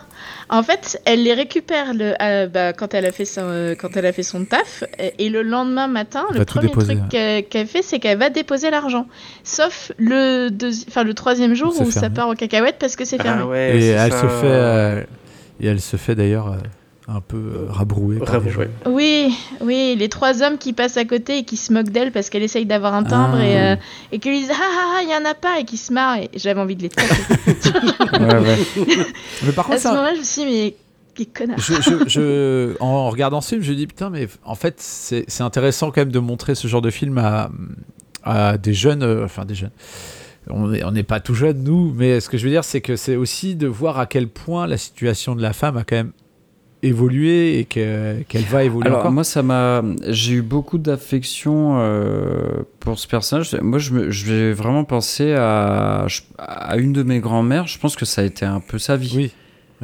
Speaker 5: En fait, elle les récupère le, euh, bah, quand, elle a fait son, euh, quand elle a fait son taf. Et, et le lendemain matin,
Speaker 3: Elle
Speaker 5: le
Speaker 3: va tout
Speaker 5: premier
Speaker 3: déposer,
Speaker 5: truc
Speaker 3: ouais.
Speaker 5: qu'elle qu'elle fait, c'est qu'elle va déposer l'argent. Sauf le, deuxi- enfin, le troisième jour
Speaker 3: C'est
Speaker 5: où ça
Speaker 3: fermé.
Speaker 5: part en cacahuète parce que c'est fermé.
Speaker 4: Ah ouais,
Speaker 3: Et
Speaker 4: c'est
Speaker 3: elle
Speaker 4: ça.
Speaker 3: se fait. euh, Et elle se fait d'ailleurs euh, un peu euh, rabrouer. par les gens.
Speaker 4: Rabrouer.
Speaker 5: Oui, oui, les trois hommes qui passent à côté et qui se moquent d'elle parce qu'elle essaye d'avoir un timbre
Speaker 1: Ah.
Speaker 5: et, euh, et qui lui disent Ah ah ah, il y en a pas et qui se marrent. Et j'avais envie de
Speaker 3: [laughs]
Speaker 5: les taper.
Speaker 1: Ouais, ouais.
Speaker 3: Mais par
Speaker 5: à
Speaker 3: contre,
Speaker 5: ce
Speaker 3: c'est un-
Speaker 5: moment-là, je me suis dit Mais quel connard
Speaker 3: je, je- je- en regardant ce film, je dis putain, mais en fait, c'est c'est intéressant quand même de montrer ce genre de film à, à des jeunes, euh, enfin des jeunes. On est- on n'est pas tout jeunes, nous, mais ce que je veux dire, c'est que c'est aussi de voir à quel point la situation de la femme a quand même évolué et que- qu'elle va évoluer
Speaker 1: Alors
Speaker 3: encore.
Speaker 1: moi ça m'a j'ai eu beaucoup d'affection euh, pour ce personnage. Moi je me- je vais vraiment penser à je- à une de mes grand-mères, je pense que ça a été un peu sa vie.
Speaker 3: oui,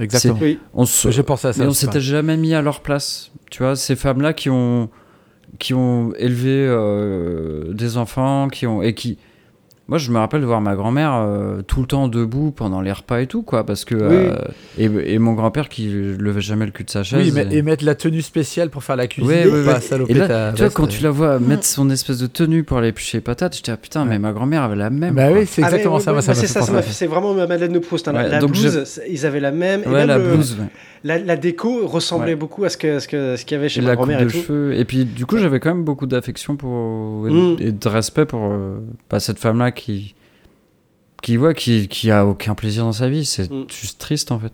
Speaker 3: exactement.
Speaker 4: Oui.
Speaker 1: On se
Speaker 3: J'ai pensé à ça.
Speaker 1: mais on
Speaker 3: aussi,
Speaker 1: s'était jamais mis à leur place. Tu vois, ces femmes-là qui ont qui ont élevé euh, des enfants, qui ont et qui moi, je me rappelle de voir ma grand-mère euh, tout le temps debout pendant les repas et tout, quoi, parce que euh, et, et mon grand-père qui levait jamais le cul de sa chaise.
Speaker 3: Oui, mais,
Speaker 1: et-
Speaker 3: et mettre la tenue spéciale pour faire la cuisine,
Speaker 1: Ouais, ouais,
Speaker 3: pas
Speaker 1: ouais.
Speaker 3: saloper
Speaker 1: Et là,
Speaker 3: ta
Speaker 1: tu vois,
Speaker 3: veste. euh.
Speaker 1: quand tu la vois
Speaker 5: Mm.
Speaker 1: mettre son espèce de tenue pour aller pêcher les patates, je dis, ah, putain, mais ma grand-mère avait la même.
Speaker 3: Bah
Speaker 1: quoi.
Speaker 3: oui, c'est
Speaker 4: Ah, mais
Speaker 3: exactement
Speaker 4: oui,
Speaker 3: ça.
Speaker 4: oui,
Speaker 3: moi, ça
Speaker 4: bah,
Speaker 3: m'a
Speaker 4: c'est
Speaker 3: fait
Speaker 4: ça, ça
Speaker 3: penser
Speaker 4: m'a
Speaker 3: à
Speaker 4: fait- c'est vraiment ma Madeleine de Proust. hein, la-
Speaker 1: Ouais,
Speaker 4: la
Speaker 1: donc je-
Speaker 4: blouse, c'est- ils avaient la même. et
Speaker 1: Ouais,
Speaker 4: même euh,
Speaker 1: la
Speaker 4: le-
Speaker 1: blouse, ouais.
Speaker 4: La, la déco ressemblait
Speaker 1: Ouais.
Speaker 4: beaucoup à ce que- ce que- ce qu'il y avait chez
Speaker 1: et
Speaker 4: ma
Speaker 1: la coupe
Speaker 4: grand-mère et
Speaker 1: de
Speaker 4: tout.
Speaker 1: cheveux. Et puis, du coup, j'avais quand même beaucoup d'affection pour euh, et,
Speaker 4: Mm.
Speaker 1: et de respect pour euh, bah, cette femme-là qui qui voit qui qui a aucun plaisir dans sa vie. C'est
Speaker 4: Mm.
Speaker 1: juste triste en fait.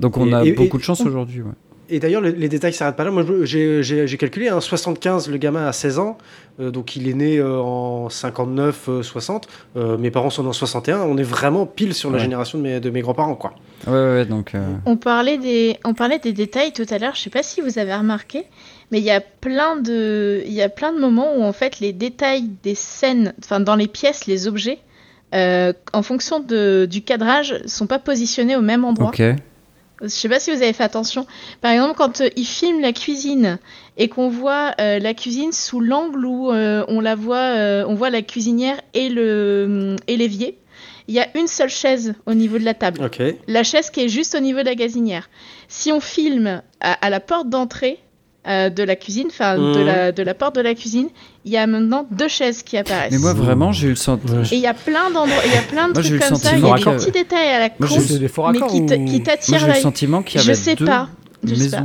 Speaker 1: Donc on
Speaker 4: Et-
Speaker 1: a
Speaker 4: et-
Speaker 1: beaucoup
Speaker 4: et-
Speaker 1: de chance aujourd'hui. ouais.
Speaker 4: Et d'ailleurs, le- les détails s'arrêtent pas là. Moi, je- j'ai- j'ai j'ai calculé, hein, 75, le gamin a 16 ans, euh, donc il est né euh, en 59, euh, 60. Euh, mes parents sont nés en 61. On est vraiment pile sur la
Speaker 1: Ouais.
Speaker 4: génération de mes, de mes grands-parents, quoi.
Speaker 1: Ouais, ouais, donc. euh,
Speaker 5: On parlait des, on parlait des détails tout à l'heure. Je sais pas si vous avez remarqué, mais il y a plein de, il y a plein de moments où en fait les détails des scènes, enfin dans les pièces, les objets, euh, en fonction de, du cadrage, sont pas positionnés au même endroit.
Speaker 1: ok.
Speaker 5: Je sais pas si vous avez fait attention. Par exemple, quand euh, ils filment la cuisine et qu'on voit euh, la cuisine sous l'angle où euh, on la voit, euh, on voit la cuisinière et le hum, et l'évier. Il y a une seule chaise au niveau de la table
Speaker 4: Ok.
Speaker 5: la chaise qui est juste au niveau de la gazinière. Si on filme à, à la porte d'entrée euh, de la cuisine, enfin de,
Speaker 4: Mhm.
Speaker 5: la, de la porte de la cuisine, il y a maintenant deux chaises qui apparaissent.
Speaker 1: Mais moi, vraiment, j'ai eu le sens.
Speaker 4: Ouais.
Speaker 5: et il y a plein d'endroits, il y a plein de
Speaker 1: Moi, j'ai eu
Speaker 5: trucs
Speaker 1: le
Speaker 5: comme ça, il y
Speaker 1: sentiment
Speaker 5: a des
Speaker 1: que-
Speaker 5: petits détails à la con,
Speaker 1: Moi, j'ai eu
Speaker 3: C'est des faux
Speaker 5: mais
Speaker 3: raccords
Speaker 5: qui t-
Speaker 3: ou-
Speaker 5: qui
Speaker 1: Moi,
Speaker 5: t'attirent
Speaker 1: j'ai eu le
Speaker 5: l'œil.
Speaker 1: sentiment qu'il y
Speaker 5: Je
Speaker 1: avait
Speaker 5: sais
Speaker 1: deux
Speaker 5: pas, je sais
Speaker 1: maisons.
Speaker 5: pas.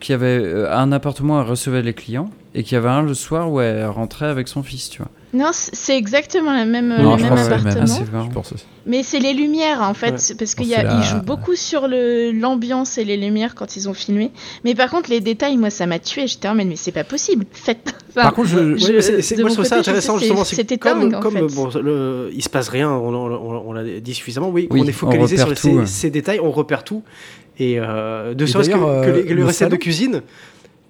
Speaker 1: Qu'il y avait euh, un appartement où elle recevait les clients et qu'il y avait un le soir où elle rentrait avec son fils, tu vois.
Speaker 5: Non, c- c'est exactement la même, euh,
Speaker 3: Non,
Speaker 5: le
Speaker 3: je
Speaker 5: même
Speaker 3: pense que c'est le même.
Speaker 5: appartement.
Speaker 1: Ah, c'est marrant.
Speaker 3: Je pense aussi.
Speaker 5: Mais c'est les lumières en
Speaker 4: Ouais.
Speaker 5: fait, c'est parce
Speaker 3: pense
Speaker 5: qu'il y a-
Speaker 3: que là-
Speaker 5: ils jouent beaucoup sur le l'ambiance et les lumières quand ils ont filmé. Mais par contre les détails, moi ça m'a tué. J'étais en mode mais c'est pas possible. Faites. Enfin,
Speaker 3: Par contre, je.
Speaker 5: Je- euh,
Speaker 4: Ouais, mais c'est- c'est-
Speaker 5: de
Speaker 4: moi,
Speaker 5: mon
Speaker 4: je trouve ça
Speaker 5: côté, je
Speaker 4: intéressant,
Speaker 5: trouve que
Speaker 4: justement.
Speaker 5: c'est-
Speaker 4: c'est
Speaker 5: c'était
Speaker 4: comme,
Speaker 5: dingue, en
Speaker 4: comme
Speaker 5: fait.
Speaker 4: bon, le- il se passe rien, on, on- on- on l'a dit suffisamment. Oui,
Speaker 1: Oui,
Speaker 4: on est
Speaker 1: on
Speaker 4: focalisé sur
Speaker 1: repère
Speaker 4: ces,
Speaker 1: tout, ouais.
Speaker 4: ces détails, on repère tout. Et euh, de
Speaker 3: Et
Speaker 4: sorte que,
Speaker 3: d'ailleurs,
Speaker 4: que les-
Speaker 3: euh,
Speaker 4: que le
Speaker 3: le
Speaker 4: recette de
Speaker 3: salon-
Speaker 4: cuisine.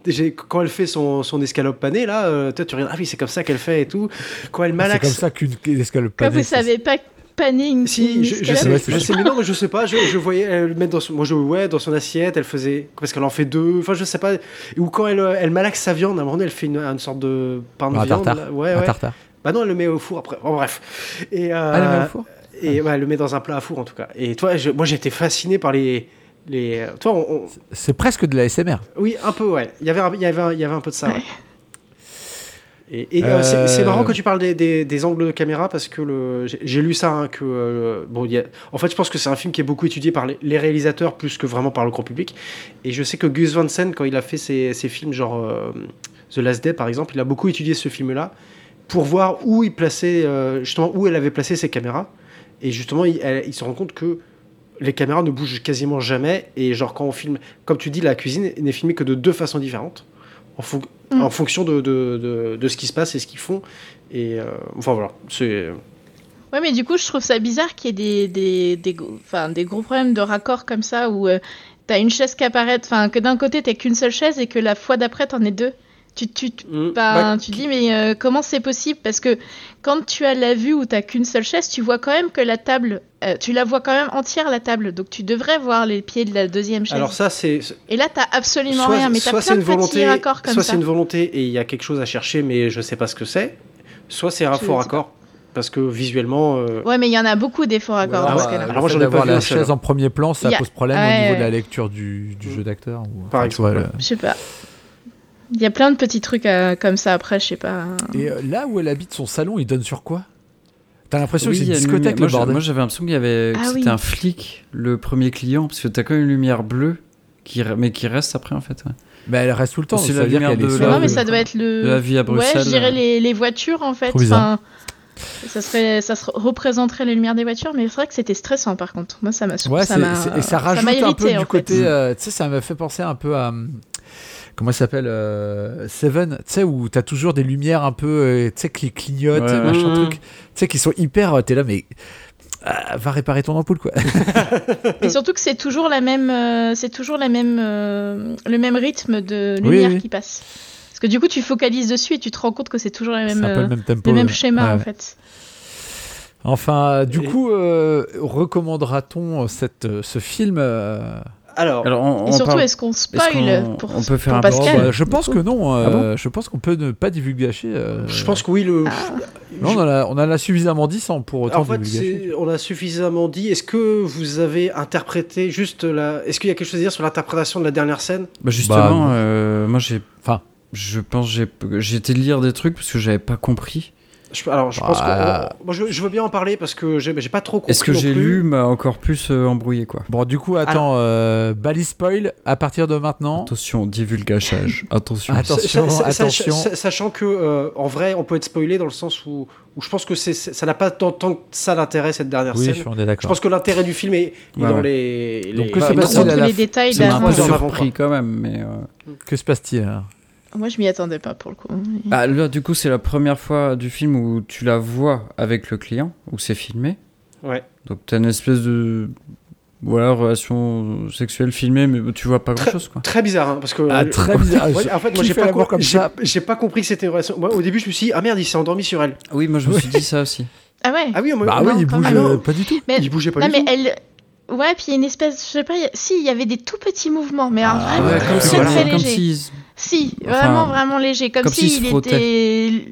Speaker 4: j'ai- Quand elle fait son, son escalope panée, là, euh, toi tu regardes, ah oui, c'est comme ça qu'elle fait et tout. Quand elle
Speaker 3: C'est comme
Speaker 4: malaxe.
Speaker 3: ça qu'une escalope
Speaker 5: Quand vous
Speaker 3: panée, ça-
Speaker 5: savez pas paner une
Speaker 4: Si,
Speaker 5: une
Speaker 4: je, je
Speaker 5: escalope,
Speaker 4: sais,
Speaker 3: Ouais, c'est
Speaker 4: je
Speaker 3: ça.
Speaker 4: sais, mais non, mais je sais pas. Je, je voyais elle mettre dans son, moi je ouais dans son assiette, elle faisait parce qu'elle en fait deux. Enfin, je sais pas. Ou quand elle, euh, elle malaxe sa viande, à un moment donné, elle fait une, une sorte de pain de
Speaker 3: Un
Speaker 4: viande.
Speaker 3: tartare.
Speaker 4: là. Ouais,
Speaker 3: Un
Speaker 4: ouais.
Speaker 3: tartare.
Speaker 4: Bah non, elle le met au four après. En bref. Et, euh,
Speaker 1: Ah, elle avait au four
Speaker 4: et ouais, elle le met dans un plat à four en tout cas. Et toi, je- moi j'étais fasciné par les. les toi, on, on-
Speaker 3: C'est presque de la SMR.
Speaker 4: oui, un peu, ouais. Il y avait un, il y avait un- il y avait un peu de ça, ouais.
Speaker 5: Ouais.
Speaker 4: Et, et, euh, c'est- c'est
Speaker 3: Euh,
Speaker 4: marrant que tu parles des, des- des angles de caméra parce que le- j'ai j'ai lu ça. hein, que, euh, bon, il y a- en fait, je pense que c'est un film qui est beaucoup étudié par les, les réalisateurs plus que vraiment par le grand public. Et je sais que Gus Van Sant, quand il a fait ses, ses films, genre euh, The Last Day par exemple, il a beaucoup étudié ce film-là pour voir où il plaçait, euh, justement, où elle avait placé ses caméras. Et justement, il, elle- il se rend compte que les caméras ne bougent quasiment jamais. Et genre, quand on filme, comme tu dis, la cuisine n'est filmée que de deux façons différentes. En, fon-
Speaker 5: Mm.
Speaker 4: en fonction de, de, de, de ce qui se passe et ce qu'ils font. Et euh, enfin voilà, c'est.
Speaker 5: Ouais, mais du coup, je trouve ça bizarre qu'il y ait des, des, des, gros- enfin, des gros problèmes de raccord comme ça où euh, t'as une chaise qui apparaît, enfin, que d'un côté t'as qu'une seule chaise et que la fois d'après t'en es deux. Tu, tu, tu-
Speaker 4: Mm,
Speaker 5: ben,
Speaker 4: bah,
Speaker 5: tu te dis, mais euh, comment c'est possible Parce que quand tu as la vue où t'as qu'une seule chaise, tu vois quand même que la table, euh, tu la vois quand même entière la table, donc tu devrais voir les pieds de la deuxième chaise.
Speaker 4: alors ça, c'est
Speaker 5: Et là, t'as absolument
Speaker 4: soit,
Speaker 5: rien, mais
Speaker 4: soit
Speaker 5: t'as
Speaker 4: c'est
Speaker 5: plein
Speaker 4: une
Speaker 5: de petits
Speaker 4: volonté,
Speaker 5: raccords comme
Speaker 4: soit
Speaker 5: ça.
Speaker 4: c'est une volonté et il y a quelque chose à chercher, mais je sais pas ce que c'est. Soit c'est un
Speaker 5: Je
Speaker 4: faux
Speaker 5: sais
Speaker 4: raccord parce que visuellement. euh,
Speaker 5: Ouais, mais il y en a beaucoup des faux raccords
Speaker 4: Ouais,
Speaker 5: dans
Speaker 4: ouais,
Speaker 5: ce cas-là.
Speaker 4: alors moi,
Speaker 3: le
Speaker 4: j'en ai pas
Speaker 3: fait d'avoir
Speaker 4: vu un
Speaker 3: Euh, la
Speaker 4: seul,
Speaker 3: chaise en premier plan, ça
Speaker 5: Y a-
Speaker 3: pose problème
Speaker 5: Ouais,
Speaker 3: au niveau
Speaker 5: ouais.
Speaker 3: de la lecture du, du jeu d'acteur. ou-
Speaker 4: Par
Speaker 3: enfin, tu vois,
Speaker 4: exemple.
Speaker 5: Je sais pas. Il y a plein de petits trucs euh, comme ça après, je sais pas.
Speaker 3: le- Et euh, là où elle habite son salon, il donne sur quoi T'as l'impression
Speaker 1: Oui,
Speaker 3: que c'est
Speaker 1: il y
Speaker 3: une
Speaker 1: a une lumière.
Speaker 3: discothèque, le
Speaker 1: Moi, je-
Speaker 3: bordel.
Speaker 1: Moi, j'avais l'impression qu'il y avait que
Speaker 5: Ah
Speaker 1: c'était
Speaker 5: oui.
Speaker 1: un flic, le premier client, parce que t'as quand même une lumière bleue, qui, re- mais qui reste après, en fait. ouais.
Speaker 3: Mais elle reste tout le temps.
Speaker 1: C'est la
Speaker 3: donc ça veut dire
Speaker 1: lumière
Speaker 3: qu'elle est
Speaker 1: de
Speaker 3: sur-
Speaker 1: la-
Speaker 5: non,
Speaker 1: euh,
Speaker 5: mais ça doit être le.
Speaker 1: De la vie à Bruxelles. euh.
Speaker 5: ouais, je dirais les, les voitures en fait.
Speaker 3: euh. Trop bizarre.
Speaker 5: Enfin, ça, serait, ça se représenterait les lumières des voitures, mais c'est vrai que c'était stressant par contre. Moi, ça m'a
Speaker 3: Ouais,
Speaker 5: ça
Speaker 3: c'est-
Speaker 5: m'a-
Speaker 3: c'est- et ça
Speaker 5: m'a
Speaker 3: rajoute un peu
Speaker 5: irrité, en
Speaker 3: du
Speaker 5: fait.
Speaker 4: Mm.
Speaker 3: côté. euh, tu sais, ça m'a fait penser un peu à. hum, Comment il s'appelle euh, Seven, tu sais, où t'as toujours des lumières un peu, euh, tu sais, qui clignotent,
Speaker 1: Ouais, ouais.
Speaker 3: machin
Speaker 5: Mm,
Speaker 4: Mmh.
Speaker 3: truc. Tu sais, qui sont hyper. euh, T'es là, mais. ah, va réparer ton ampoule, quoi. euh,
Speaker 5: Et surtout que c'est toujours la même, euh, c'est toujours la même, euh, le même rythme de
Speaker 3: Oui,
Speaker 5: lumière
Speaker 3: oui.
Speaker 5: qui passe. Parce que du coup, tu focalises dessus et tu te rends compte que c'est toujours
Speaker 3: [laughs]
Speaker 5: la
Speaker 3: C'est
Speaker 5: même,
Speaker 3: un peu
Speaker 5: euh,
Speaker 3: le même tempo.
Speaker 5: le même
Speaker 3: ouais.
Speaker 5: schéma
Speaker 3: Ouais,
Speaker 5: en
Speaker 3: ouais.
Speaker 5: fait.
Speaker 3: Enfin, euh, du
Speaker 4: Et-
Speaker 3: coup, euh, recommandera-t-on cette, euh, ce film euh,
Speaker 4: Alors,
Speaker 1: Alors, on,
Speaker 5: Et
Speaker 1: on
Speaker 5: surtout,
Speaker 1: parle-
Speaker 5: est-ce qu'on spoil
Speaker 1: est-ce qu'on-
Speaker 5: pour,
Speaker 1: on peut faire
Speaker 5: pour
Speaker 1: un
Speaker 3: oh,
Speaker 5: Pascal
Speaker 3: bah, Je pense que non. euh,
Speaker 1: Ah bon
Speaker 3: je pense qu'on peut ne pas divulgacher. euh,
Speaker 4: je pense que oui, le.
Speaker 5: Ah.
Speaker 3: non, on en a, on en a suffisamment dit sans pour autant
Speaker 4: En fait,
Speaker 3: divulgacher.
Speaker 4: c'est- on a suffisamment dit. Est-ce que vous avez interprété juste la. Est-ce qu'il y a quelque chose à dire sur l'interprétation de la dernière scène
Speaker 1: Bah, justement,
Speaker 3: Bah,
Speaker 1: euh, moi j'ai.
Speaker 3: Enfin.
Speaker 1: Je pense que j'ai j'ai été lire des trucs parce que j'avais pas compris.
Speaker 4: Je- alors, je pense
Speaker 3: Ah.
Speaker 4: que. euh, moi, je, je veux bien en parler parce que j'ai j'ai pas trop compris.
Speaker 1: Est-ce que
Speaker 4: non
Speaker 1: j'ai
Speaker 4: plus.
Speaker 1: lu m'a encore plus euh, embrouillé, quoi.
Speaker 3: Bon, du coup, attends, euh, balise spoil, à partir de maintenant.
Speaker 1: Attention,
Speaker 3: [laughs]
Speaker 1: divulgachage. Attention.
Speaker 3: Attends. Attention, attention.
Speaker 4: sa- sachant que, euh, en vrai, on peut être spoilé dans le sens où, où je pense que c'est c'est- ça n'a pas tant, tant que ça l'intérêt cette dernière
Speaker 3: Oui,
Speaker 4: scène.
Speaker 3: je- on est
Speaker 4: Je
Speaker 3: d'accord.
Speaker 4: pense que l'intérêt du film est, est
Speaker 1: Ouais,
Speaker 4: dans
Speaker 1: ouais.
Speaker 4: les.
Speaker 3: Donc,
Speaker 4: les- bah,
Speaker 3: que se
Speaker 4: les-
Speaker 3: passe-t-il
Speaker 4: les-
Speaker 3: à
Speaker 5: tous
Speaker 3: la
Speaker 5: les détails
Speaker 1: Ça m'a un
Speaker 5: d'avant.
Speaker 1: peu
Speaker 4: Avant, avant,
Speaker 1: surpris quand même, mais. euh,
Speaker 3: Que se passe-t-il hein
Speaker 5: Moi, je m'y attendais pas pour le coup. mais-
Speaker 1: Ah, là, du coup, c'est la première fois du film où tu la vois avec le client, où c'est filmé.
Speaker 4: Ouais.
Speaker 1: Donc, t'as une espèce de. Voilà, relation sexuelle filmée, mais tu vois pas grand chose, quoi.
Speaker 4: Très bizarre, hein, parce que.
Speaker 3: Ah,
Speaker 4: euh, [laughs]
Speaker 3: très bizarre.
Speaker 4: ouais, en fait, moi, j'ai
Speaker 3: Kiffer
Speaker 4: pas,
Speaker 3: la voir
Speaker 4: com-
Speaker 3: comme
Speaker 4: j'ai-
Speaker 3: ça.
Speaker 4: j'ai pas compris que c'était une relation. Moi, au début, je me suis dit, ah merde, il s'est endormi sur elle.
Speaker 1: Oui, moi, je me suis dit ça aussi.
Speaker 5: Ah ouais
Speaker 4: Ah oui, moi,
Speaker 3: Bah
Speaker 5: Non,
Speaker 3: oui, il
Speaker 5: quand
Speaker 3: bouge
Speaker 5: même.
Speaker 3: euh, pas du tout.
Speaker 5: mais-
Speaker 4: il bougeait pas
Speaker 5: Non,
Speaker 4: du
Speaker 5: mais
Speaker 4: tout.
Speaker 5: elle. Ouais, puis il y a une espèce. Je sais pas. il y a- Si, il y avait des tout petits mouvements, mais un
Speaker 3: Ah,
Speaker 5: vraiment
Speaker 3: ouais,
Speaker 5: très
Speaker 1: comme
Speaker 3: si-
Speaker 5: très
Speaker 1: voilà, comme
Speaker 5: léger.
Speaker 1: si-
Speaker 5: Si,
Speaker 1: Enfin,
Speaker 5: vraiment, vraiment léger. Comme,
Speaker 1: comme
Speaker 5: s'il
Speaker 1: s'il se
Speaker 5: était.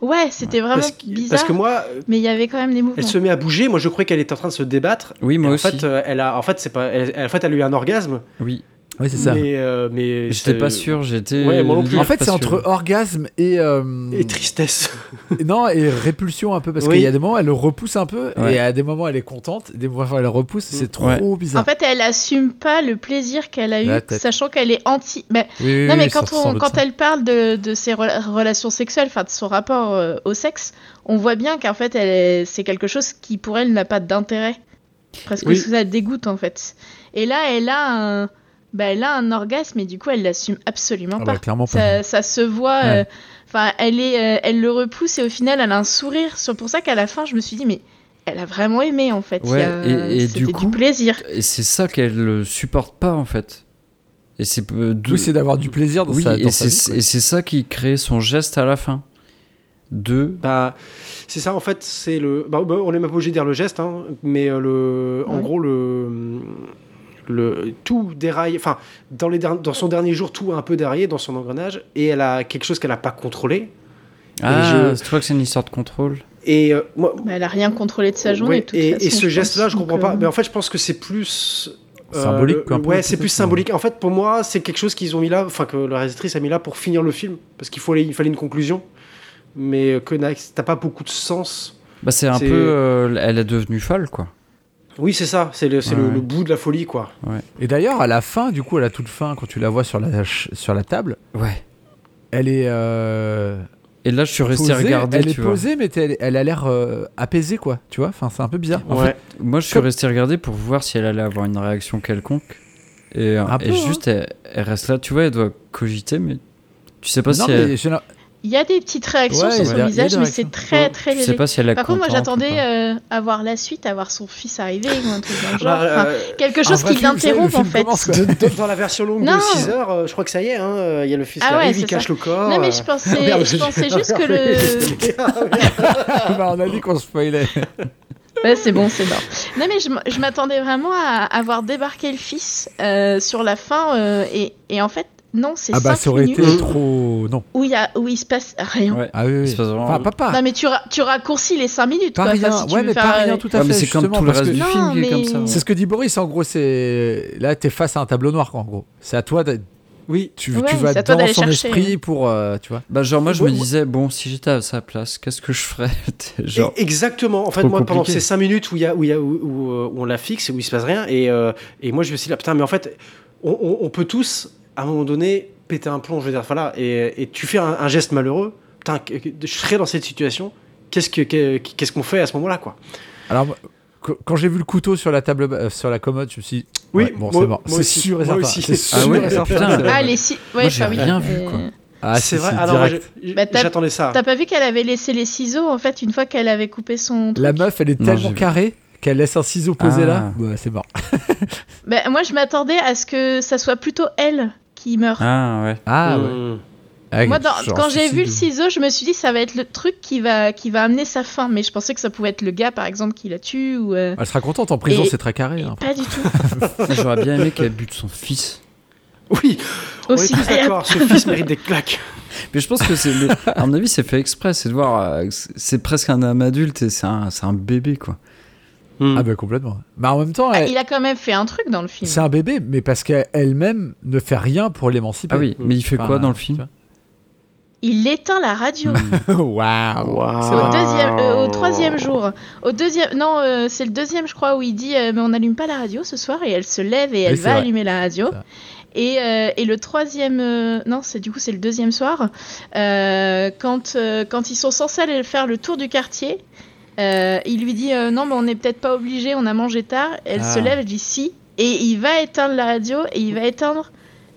Speaker 5: Ouais, c'était vraiment
Speaker 4: Parce que,
Speaker 5: bizarre.
Speaker 4: parce que moi,
Speaker 5: Mais il y avait quand même des mouvements.
Speaker 4: elle se met à bouger. Moi, je croyais qu'elle était en train de se débattre.
Speaker 1: Oui,
Speaker 4: Et
Speaker 1: moi
Speaker 4: en
Speaker 1: aussi.
Speaker 4: fait, euh, elle a, en fait, c'est pas, elle- elle- en fait, elle a eu un orgasme.
Speaker 1: Oui.
Speaker 3: Oui, c'est ça.
Speaker 4: Mais, euh, mais
Speaker 1: J'étais
Speaker 4: c'est-
Speaker 1: pas sûr, j'étais.
Speaker 4: Ouais, moi non plus.
Speaker 1: libre,
Speaker 3: En fait,
Speaker 1: pas
Speaker 3: c'est
Speaker 1: sûr.
Speaker 3: entre orgasme et. euh,
Speaker 4: [laughs] Et tristesse.
Speaker 3: Non, et répulsion un peu, parce
Speaker 4: Oui.
Speaker 3: qu'il y a des moments, elle le repousse un peu,
Speaker 1: Ouais.
Speaker 3: et à des moments, elle est contente, des moments, elle le repousse, c'est trop
Speaker 1: Ouais.
Speaker 3: bizarre.
Speaker 5: En fait, elle assume pas le plaisir qu'elle a eu,
Speaker 3: La tête.
Speaker 5: sachant qu'elle est anti. Ben,
Speaker 3: Oui, oui,
Speaker 5: non,
Speaker 3: oui,
Speaker 5: mais
Speaker 3: ça
Speaker 5: quand,
Speaker 3: ressemble
Speaker 5: on,
Speaker 3: de
Speaker 5: quand
Speaker 3: ça.
Speaker 5: elle parle de, de ses rela- relations sexuelles, enfin de son rapport euh, au sexe, on voit bien qu'en fait, elle est- c'est quelque chose qui pour elle n'a pas d'intérêt. Presque
Speaker 4: Oui.
Speaker 5: ça la dégoûte en fait. Et là, elle a un, ben, elle a un orgasme et du coup, elle l'assume absolument
Speaker 3: Ah
Speaker 5: pas.
Speaker 3: bah, clairement pas.
Speaker 5: ça, ça se voit.
Speaker 3: Ouais.
Speaker 5: euh, Enfin, elle est, euh, elle le repousse et au final, elle a un sourire. C'est pour ça qu'à la fin, je me suis dit, mais elle a vraiment aimé en fait. Il y
Speaker 1: Ouais,
Speaker 5: a-
Speaker 1: et- et du
Speaker 5: c'était
Speaker 1: coup-
Speaker 5: plaisir.
Speaker 1: Et c'est ça qu'elle euh, supporte pas, en fait. Et c'est. peu- de-
Speaker 3: Oui, c'est d'avoir du plaisir dans
Speaker 1: Oui,
Speaker 3: sa, dans
Speaker 1: et
Speaker 3: sa vie,
Speaker 1: c'est
Speaker 3: quoi.
Speaker 1: et c'est ça qui crée son geste à la fin. De.
Speaker 4: Bah, c'est ça, en fait, c'est le. bah, bah, on est même pas obligé de dire le geste, hein, mais euh, le. En
Speaker 5: Ouais.
Speaker 4: gros, le. Le, tout déraille, enfin, dans, les derni- dans son dernier jour, tout a un peu déraillé dans son engrenage, et elle a quelque chose qu'elle n'a pas contrôlé.
Speaker 1: Ah,
Speaker 4: je-
Speaker 1: je crois que c'est une histoire de contrôle.
Speaker 4: Et euh, moi,
Speaker 5: Ben, elle a rien contrôlé de sa journée.
Speaker 4: ouais,
Speaker 5: de toute
Speaker 4: et,
Speaker 5: façon,
Speaker 4: et ce
Speaker 5: je
Speaker 4: geste-là,
Speaker 5: pense.
Speaker 4: je comprends
Speaker 5: Donc,
Speaker 4: pas.
Speaker 5: euh,
Speaker 4: Mais en fait, je pense que c'est plus. euh,
Speaker 3: Symbolique,
Speaker 4: le-
Speaker 3: quoi, un peu,
Speaker 4: ouais, c'est
Speaker 3: peut-être,
Speaker 4: plus symbolique. En fait, pour moi, c'est quelque chose qu'ils ont mis là, enfin, que la réalisatrice a mis là pour finir le film, parce qu'il faut aller- il fallait une conclusion, mais euh, que n'a- t'as pas beaucoup de sens.
Speaker 1: Bah, c'est un
Speaker 4: C'est-
Speaker 1: peu. euh, elle est devenue folle, quoi.
Speaker 4: Oui, c'est ça, c'est le, c'est le-
Speaker 1: Ouais.
Speaker 4: le bout de la folie, quoi.
Speaker 3: Et d'ailleurs, à la fin, du coup, à la toute fin, quand tu la vois sur la, ch- sur la table,
Speaker 1: Ouais.
Speaker 3: elle est. euh,
Speaker 1: Et là, je suis resté
Speaker 3: posée,
Speaker 1: regarder,
Speaker 3: elle est
Speaker 1: tu vois.
Speaker 3: posée, mais elle, elle a l'air euh, apaisée, quoi. Tu vois, enfin, c'est un peu bizarre.
Speaker 1: En
Speaker 4: ouais.
Speaker 1: Moi, je suis
Speaker 3: Comme-
Speaker 1: resté regarder pour voir si elle allait avoir une réaction quelconque. Et, euh,
Speaker 3: Un peu,
Speaker 1: et
Speaker 3: hein.
Speaker 1: juste, elle, elle reste là, tu vois, elle doit cogiter, mais tu sais pas
Speaker 3: non,
Speaker 1: si
Speaker 3: mais
Speaker 1: elle,
Speaker 3: j'ai l'im-
Speaker 5: Il y a des petites réactions
Speaker 3: Ouais,
Speaker 5: sur
Speaker 3: il y a-
Speaker 5: son
Speaker 3: il y a des
Speaker 5: visage, mais
Speaker 3: réactions.
Speaker 5: c'est très très
Speaker 1: tu sais
Speaker 5: léger.
Speaker 1: pas si elle la
Speaker 5: Par contre, moi
Speaker 1: contemple ou
Speaker 5: j'attendais
Speaker 1: pas.
Speaker 5: euh, à voir la suite, à voir son fils arriver ou un truc dans le genre.
Speaker 4: Là,
Speaker 5: Enfin,
Speaker 4: euh,
Speaker 5: quelque
Speaker 3: Bah, un
Speaker 5: chose
Speaker 3: vrai
Speaker 5: qui
Speaker 3: film, vous savez, le
Speaker 5: l'interrompt en
Speaker 3: film
Speaker 5: fait.
Speaker 3: commence, quoi.
Speaker 4: dans- dans la version longue
Speaker 5: Non.
Speaker 4: de 6 heures, euh, je crois que ça y est, hein, euh, il y a le fils
Speaker 5: Ah
Speaker 4: qui
Speaker 5: ouais,
Speaker 4: arrive, il
Speaker 5: c'est
Speaker 4: cache
Speaker 5: ça.
Speaker 4: le corps.
Speaker 5: Non mais
Speaker 4: euh,
Speaker 5: je
Speaker 4: [laughs]
Speaker 3: Ah,
Speaker 5: pensais,
Speaker 4: merde,
Speaker 5: je pensais
Speaker 4: non,
Speaker 5: juste que
Speaker 3: [laughs]
Speaker 5: le.
Speaker 4: merde.
Speaker 3: [laughs] Bah, on a dit qu'on spoilait.
Speaker 5: Ouais, c'est bon, c'est bon. Non mais je, m- je m'attendais vraiment à, à voir débarquer le fils euh, sur la fin euh, et, et en fait non, c'est
Speaker 3: Ah bah,
Speaker 5: cinq
Speaker 3: ça aurait été
Speaker 5: minutes
Speaker 3: trop. Non.
Speaker 5: où il y a où il se passe rien.
Speaker 1: Ouais.
Speaker 3: Ah oui,
Speaker 1: Il
Speaker 3: oui.
Speaker 1: se passe vraiment-
Speaker 3: Enfin, papa.
Speaker 5: Non mais tu, ra- tu raccourcis les 5 minutes.
Speaker 3: Pas
Speaker 5: quoi.
Speaker 3: rien,
Speaker 5: Enfin, si tu
Speaker 3: ouais,
Speaker 5: veux
Speaker 3: mais
Speaker 5: faire,
Speaker 3: pas
Speaker 5: euh,
Speaker 3: rien tout à
Speaker 1: Ouais,
Speaker 3: fait.
Speaker 1: mais c'est comme
Speaker 3: justement,
Speaker 1: tout le
Speaker 3: parce
Speaker 1: reste
Speaker 3: que-
Speaker 1: du
Speaker 5: Non,
Speaker 1: film qui est comme
Speaker 5: mais-
Speaker 1: ça.
Speaker 3: C'est ce que dit Boris, en gros, c'est. Là, t'es face à un tableau noir, quoi, en gros. C'est à toi de.
Speaker 4: Oui.
Speaker 3: Tu,
Speaker 5: Ouais,
Speaker 3: tu vas
Speaker 5: c'est à toi
Speaker 3: dans
Speaker 5: d'aller
Speaker 3: son
Speaker 5: chercher. hein.
Speaker 3: esprit pour. euh, tu vois.
Speaker 1: Bah, genre, moi, je
Speaker 4: Ouais,
Speaker 1: me
Speaker 4: ouais.
Speaker 1: disais, bon, si j'étais à sa place, qu'est-ce que je ferais [laughs] Genre,
Speaker 4: Et- Exactement. En fait,
Speaker 1: trop
Speaker 4: moi, pendant
Speaker 1: compliqué.
Speaker 4: ces 5 minutes où, il y a, où, il y a- où- où, euh, où on la fixe, où il se passe rien, et, euh, et moi, je me suis dit, là, putain, mais en fait, on, on- on peut tous, à un moment donné, péter un plomb, je veux dire, voilà, et, et tu fais un, un geste malheureux, putain, que- que- je serais dans cette situation, qu'est-ce que- que- qu'est-ce qu'on fait à ce moment-là, quoi
Speaker 3: Alors, moi, qu- quand j'ai vu le couteau sur la table, euh, sur la commode, je me suis dit,
Speaker 4: Oui,
Speaker 3: ouais,
Speaker 4: moi-
Speaker 3: bon, c'est mort.
Speaker 4: moi
Speaker 3: C'est
Speaker 4: aussi.
Speaker 3: sûr et
Speaker 4: Moi
Speaker 3: certain.
Speaker 4: aussi.
Speaker 3: C'est
Speaker 1: Ah
Speaker 3: sûr
Speaker 1: ouais,
Speaker 3: et certain.
Speaker 1: putain.
Speaker 3: c'est
Speaker 5: Ah
Speaker 3: vrai.
Speaker 5: les si... ouais,
Speaker 1: Moi, j'ai
Speaker 5: enfin, oui.
Speaker 1: rien vu,
Speaker 5: Euh,
Speaker 1: quoi.
Speaker 3: Ah,
Speaker 4: c'est
Speaker 3: si,
Speaker 4: vrai.
Speaker 3: si,
Speaker 4: Alors,
Speaker 3: direct.
Speaker 4: je- je-
Speaker 5: Bah, t'as-
Speaker 4: j'attendais ça.
Speaker 5: T'as pas vu qu'elle avait laissé les ciseaux en fait une fois qu'elle avait coupé son.
Speaker 3: La meuf, elle est
Speaker 1: Non, j'ai
Speaker 3: tellement
Speaker 1: vu.
Speaker 3: carrée qu'elle laisse un ciseau posé
Speaker 1: Ah.
Speaker 3: là. Bah, c'est mort.
Speaker 5: Bah, moi je m'attendais à ce que ça soit plutôt elle qui meurt.
Speaker 1: ah ouais.
Speaker 3: Ah, ouais.
Speaker 4: Hmm.
Speaker 3: Ah,
Speaker 5: Moi, dans-
Speaker 3: genre,
Speaker 5: quand j'ai
Speaker 3: suicide
Speaker 5: vu le
Speaker 3: ou-
Speaker 5: ciseau, je me suis dit ça va être le truc qui va qui va amener sa fin, mais je pensais que ça pouvait être le gars par exemple qui la tue ou euh,
Speaker 3: Elle sera contente en prison,
Speaker 5: Et- Mm.
Speaker 3: c'est très carré. hein.
Speaker 5: pas du tout.
Speaker 1: J'aurais bien aimé qu'elle bute son fils.
Speaker 4: [laughs] Oui, on est
Speaker 5: Aussi
Speaker 4: tous d'accord, ce fils mérite des claques.
Speaker 1: Mais je pense que c'est. le- À mon avis, c'est fait exprès. C'est de voir. euh, c'est presque un homme adulte et c'est un, c'est un bébé, quoi.
Speaker 4: Hmm.
Speaker 3: Ah, bah, complètement. Mais en même temps,
Speaker 5: Ah,
Speaker 3: elle-
Speaker 5: il a quand même fait un truc dans le film.
Speaker 3: c'est un bébé, mais parce qu'elle-même ne fait rien pour l'émanciper.
Speaker 1: Ah oui, mais il fait
Speaker 3: Enfin,
Speaker 1: quoi dans le
Speaker 3: tu
Speaker 1: film
Speaker 3: vois.
Speaker 5: il éteint
Speaker 3: [laughs]
Speaker 5: la radio.
Speaker 3: Waouh
Speaker 5: C'est
Speaker 3: Ah.
Speaker 5: au, deuxième, euh, au troisième jour. Au deuxième, non, euh, c'est le deuxième, je crois, où il dit euh, mais on n'allume pas la radio ce soir et elle se lève et elle
Speaker 3: c'est
Speaker 5: va
Speaker 3: vrai.
Speaker 5: allumer la radio.
Speaker 3: C'est vrai.
Speaker 5: Et, euh, et le troisième, euh, non, c'est du coup c'est le deuxième soir euh, quand euh, quand ils sont censés aller faire le tour du quartier, euh, il lui dit euh, non mais on n'est peut-être pas obligé, on a mangé tard. Elle se
Speaker 3: Ah.
Speaker 5: lève, elle dit si et il va éteindre la radio et il va éteindre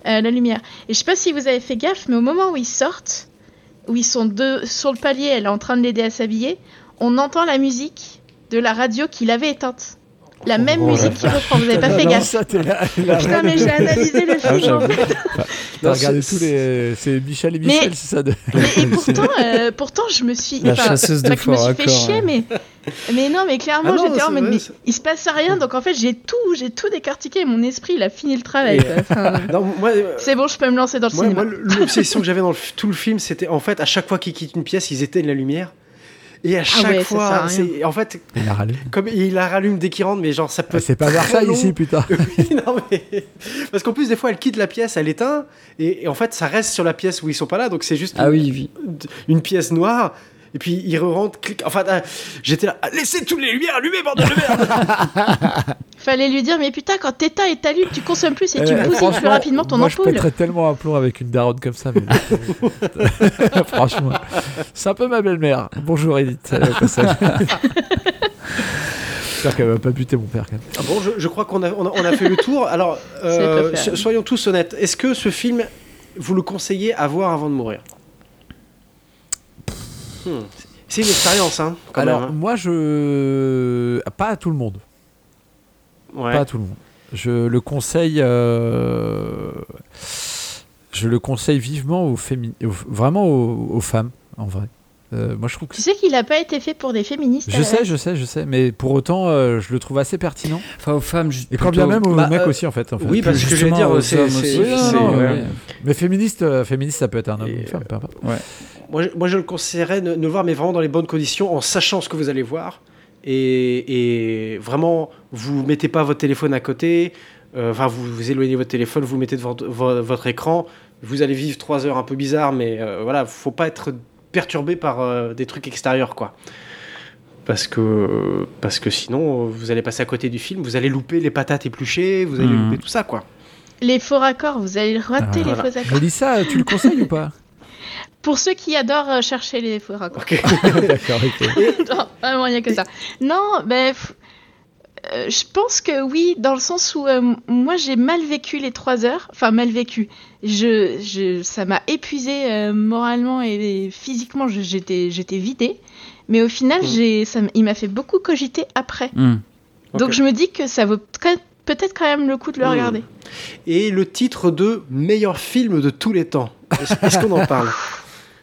Speaker 5: euh, la lumière. Et je sais pas si vous avez fait gaffe, mais au moment où ils sortent, où ils sont deux sur le palier, elle est en train de l'aider à s'habiller, on entend la musique de la radio qu'il avait éteinte. La même
Speaker 4: Oh la
Speaker 5: musique qui reprend, vous avez pas fait gaffe.
Speaker 3: ça, t'es là. la
Speaker 5: Putain, mais j'ai analysé le
Speaker 1: Ah,
Speaker 5: film. en
Speaker 1: j'avoue.
Speaker 5: fait.
Speaker 3: T'as
Speaker 4: Non,
Speaker 3: regardé
Speaker 4: c'est-
Speaker 3: tous les. C'est Michel et Michel,
Speaker 5: Mais-
Speaker 3: c'est ça de...
Speaker 5: Mais- et pourtant, euh, pourtant, je me suis.
Speaker 1: La
Speaker 5: enfin,
Speaker 1: chasseuse de
Speaker 5: pas que je me
Speaker 1: faux
Speaker 5: suis fait
Speaker 1: raccords,
Speaker 5: chier,
Speaker 1: ouais.
Speaker 5: mais mais non, mais clairement,
Speaker 4: hein. Ah non,
Speaker 5: j'étais en
Speaker 4: c'est
Speaker 5: mode
Speaker 4: vrai,
Speaker 5: mais
Speaker 4: c'est-
Speaker 5: il se passe rien, donc en fait, j'ai tout, j'ai tout décortiqué. Mon esprit, il a fini le travail.
Speaker 4: Et-
Speaker 5: quoi. Enfin,
Speaker 4: Non, moi, euh,
Speaker 5: c'est bon, je peux me lancer dans le
Speaker 4: moi,
Speaker 5: cinéma.
Speaker 4: moi, l'obsession que j'avais dans le f- tout le film, c'était en fait à chaque fois qu'ils quittent une pièce, ils éteignent la lumière. Et à chaque
Speaker 5: Ah ouais, ça sert à
Speaker 4: fois,
Speaker 5: rien.
Speaker 4: c'est en fait
Speaker 3: Il a râlé.
Speaker 4: comme il la rallume dès qu'ils rentrent, mais genre ça peut.
Speaker 3: Ah, C'est pas
Speaker 4: très
Speaker 3: Versailles
Speaker 4: long.
Speaker 3: ici, putain.
Speaker 4: Oui, [laughs] non, mais- Parce qu'en plus, des fois, elle quitte la pièce, elle éteint, et, et en fait, ça reste sur la pièce où ils sont pas là, donc c'est juste
Speaker 1: Ah oui, oui.
Speaker 4: une pièce noire. Et puis il rentre, clic. Enfin, ah, j'étais là. Ah, Laissez toutes les lumières allumées, bordel de merde
Speaker 5: Fallait lui dire mais putain, quand t'éteins et t'allumes, tu consommes plus et
Speaker 3: Euh,
Speaker 5: tu bousilles plus
Speaker 3: franchement,
Speaker 5: rapidement ton
Speaker 3: moi, Je
Speaker 5: ampoule.
Speaker 3: pèterais tellement un plomb avec une daronne comme ça. Mais... [laughs] franchement, c'est un peu ma belle-mère. Bonjour Edith. euh, au passage. J'espère qu'elle va pas buter mon père quand même.
Speaker 4: Ah Bon, je, je crois qu'on a, on a, on a fait le tour. Alors, euh,
Speaker 5: préférable.
Speaker 4: so- soyons tous honnêtes. Est-ce que ce film, vous le conseillez à voir avant de mourir Hmm. C'est une expérience, hein quand
Speaker 3: Alors
Speaker 4: même,
Speaker 3: moi je pas à tout le monde.
Speaker 4: hein. Ouais.
Speaker 3: Pas à tout le monde. Je le conseille. euh, Je le conseille vivement aux féminin, vraiment aux, aux femmes en vrai. Euh, moi je trouve que.
Speaker 5: Tu sais qu'il a pas été fait pour des féministes. euh, à
Speaker 3: Je
Speaker 5: la
Speaker 3: sais,
Speaker 5: base.
Speaker 3: je sais, je sais, mais pour autant, euh, je le trouve assez pertinent.
Speaker 1: Enfin, aux femmes, ju-
Speaker 3: Et quand
Speaker 1: plutôt-
Speaker 3: bien même aux
Speaker 4: Bah,
Speaker 3: mecs
Speaker 4: euh,
Speaker 3: aussi, en fait. en fait.
Speaker 4: oui, parce que je vais
Speaker 1: justement,
Speaker 4: dire,
Speaker 1: aux
Speaker 4: c'est-
Speaker 1: hommes
Speaker 4: c'est-
Speaker 1: aussi, Ah
Speaker 4: oui,
Speaker 1: c'est-
Speaker 3: non, non,
Speaker 1: ouais.
Speaker 3: ouais. Mais féministe, euh, féministe, ça peut être un homme ou une
Speaker 4: Et, euh,
Speaker 3: femme, peu importe.
Speaker 4: Moi, je, moi, je le conseillerais de, de le voir, mais vraiment dans les bonnes conditions, en sachant ce que vous allez voir. Et, et vraiment, vous mettez pas votre téléphone à côté. euh, Enfin, vous, vous éloignez votre téléphone, vous mettez devant vo- votre écran. Vous allez vivre trois heures un peu bizarres, mais euh, voilà, faut pas être perturbé par euh, des trucs extérieurs, quoi. Parce que, parce que sinon, euh, vous allez passer à côté du film, vous allez louper les patates épluchées, vous allez
Speaker 1: Mhm.
Speaker 4: louper tout ça, quoi.
Speaker 5: Les faux raccords, vous allez rater
Speaker 3: Ah,
Speaker 5: les
Speaker 4: voilà.
Speaker 5: faux accords.
Speaker 3: Mélissa, tu le conseilles
Speaker 4: [laughs]
Speaker 3: ou pas
Speaker 5: Pour ceux qui adorent euh, chercher les faux raccords. [laughs]
Speaker 3: D'accord, ok.
Speaker 5: non, vraiment, il n'y a que ça. Non, ben, f- euh, je pense que oui, dans le sens où euh, m- moi j'ai mal vécu les trois heures, enfin mal vécu. Je, je, ça m'a épuisé euh, moralement et, et physiquement, je- j'étais, j'étais vidée. Mais au final,
Speaker 4: Mhm.
Speaker 5: j'ai, ça, m- il m'a fait beaucoup cogiter après.
Speaker 1: Hmm.
Speaker 5: Donc je me dis que ça vaut très- peut-être quand même le coup de le
Speaker 4: Mhm.
Speaker 5: regarder.
Speaker 4: Et le titre de meilleur film de tous les temps. Est-ce est-ce qu'on en parle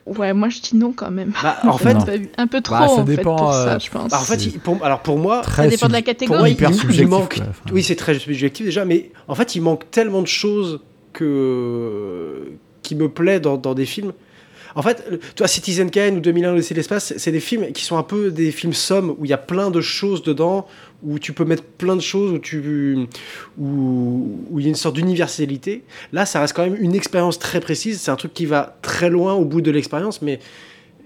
Speaker 5: Ouais, moi je dis non quand même.
Speaker 4: Bah, en fait,
Speaker 3: Non.
Speaker 5: Un peu- un peu trop
Speaker 3: Bah, ça
Speaker 5: en fait,
Speaker 3: dépend,
Speaker 5: pour
Speaker 3: euh,
Speaker 5: ça, je pense.
Speaker 4: bah, en fait,
Speaker 3: C'est-
Speaker 4: il- pour, alors pour moi,
Speaker 3: Très
Speaker 5: ça dépend de la
Speaker 3: subjectif. Pour moi,
Speaker 5: catégorie.
Speaker 3: hyper
Speaker 4: il- il
Speaker 3: subjectif.
Speaker 4: manque-
Speaker 3: quoi. Enfin,
Speaker 4: oui, c'est très subjectif déjà, mais en fait, il manque tellement de choses que qui me plaît dans, dans des films. En fait, le- toi, Citizen Kane ou 2001 Odyssée de l'espace, c'est- c'est des films qui sont un peu des films sommes où il y a plein de choses dedans, où tu peux mettre plein de choses, où tu où, où il y a une sorte d'universalité. Là, ça reste quand même une expérience très précise. C'est un truc qui va très loin au bout de l'expérience, mais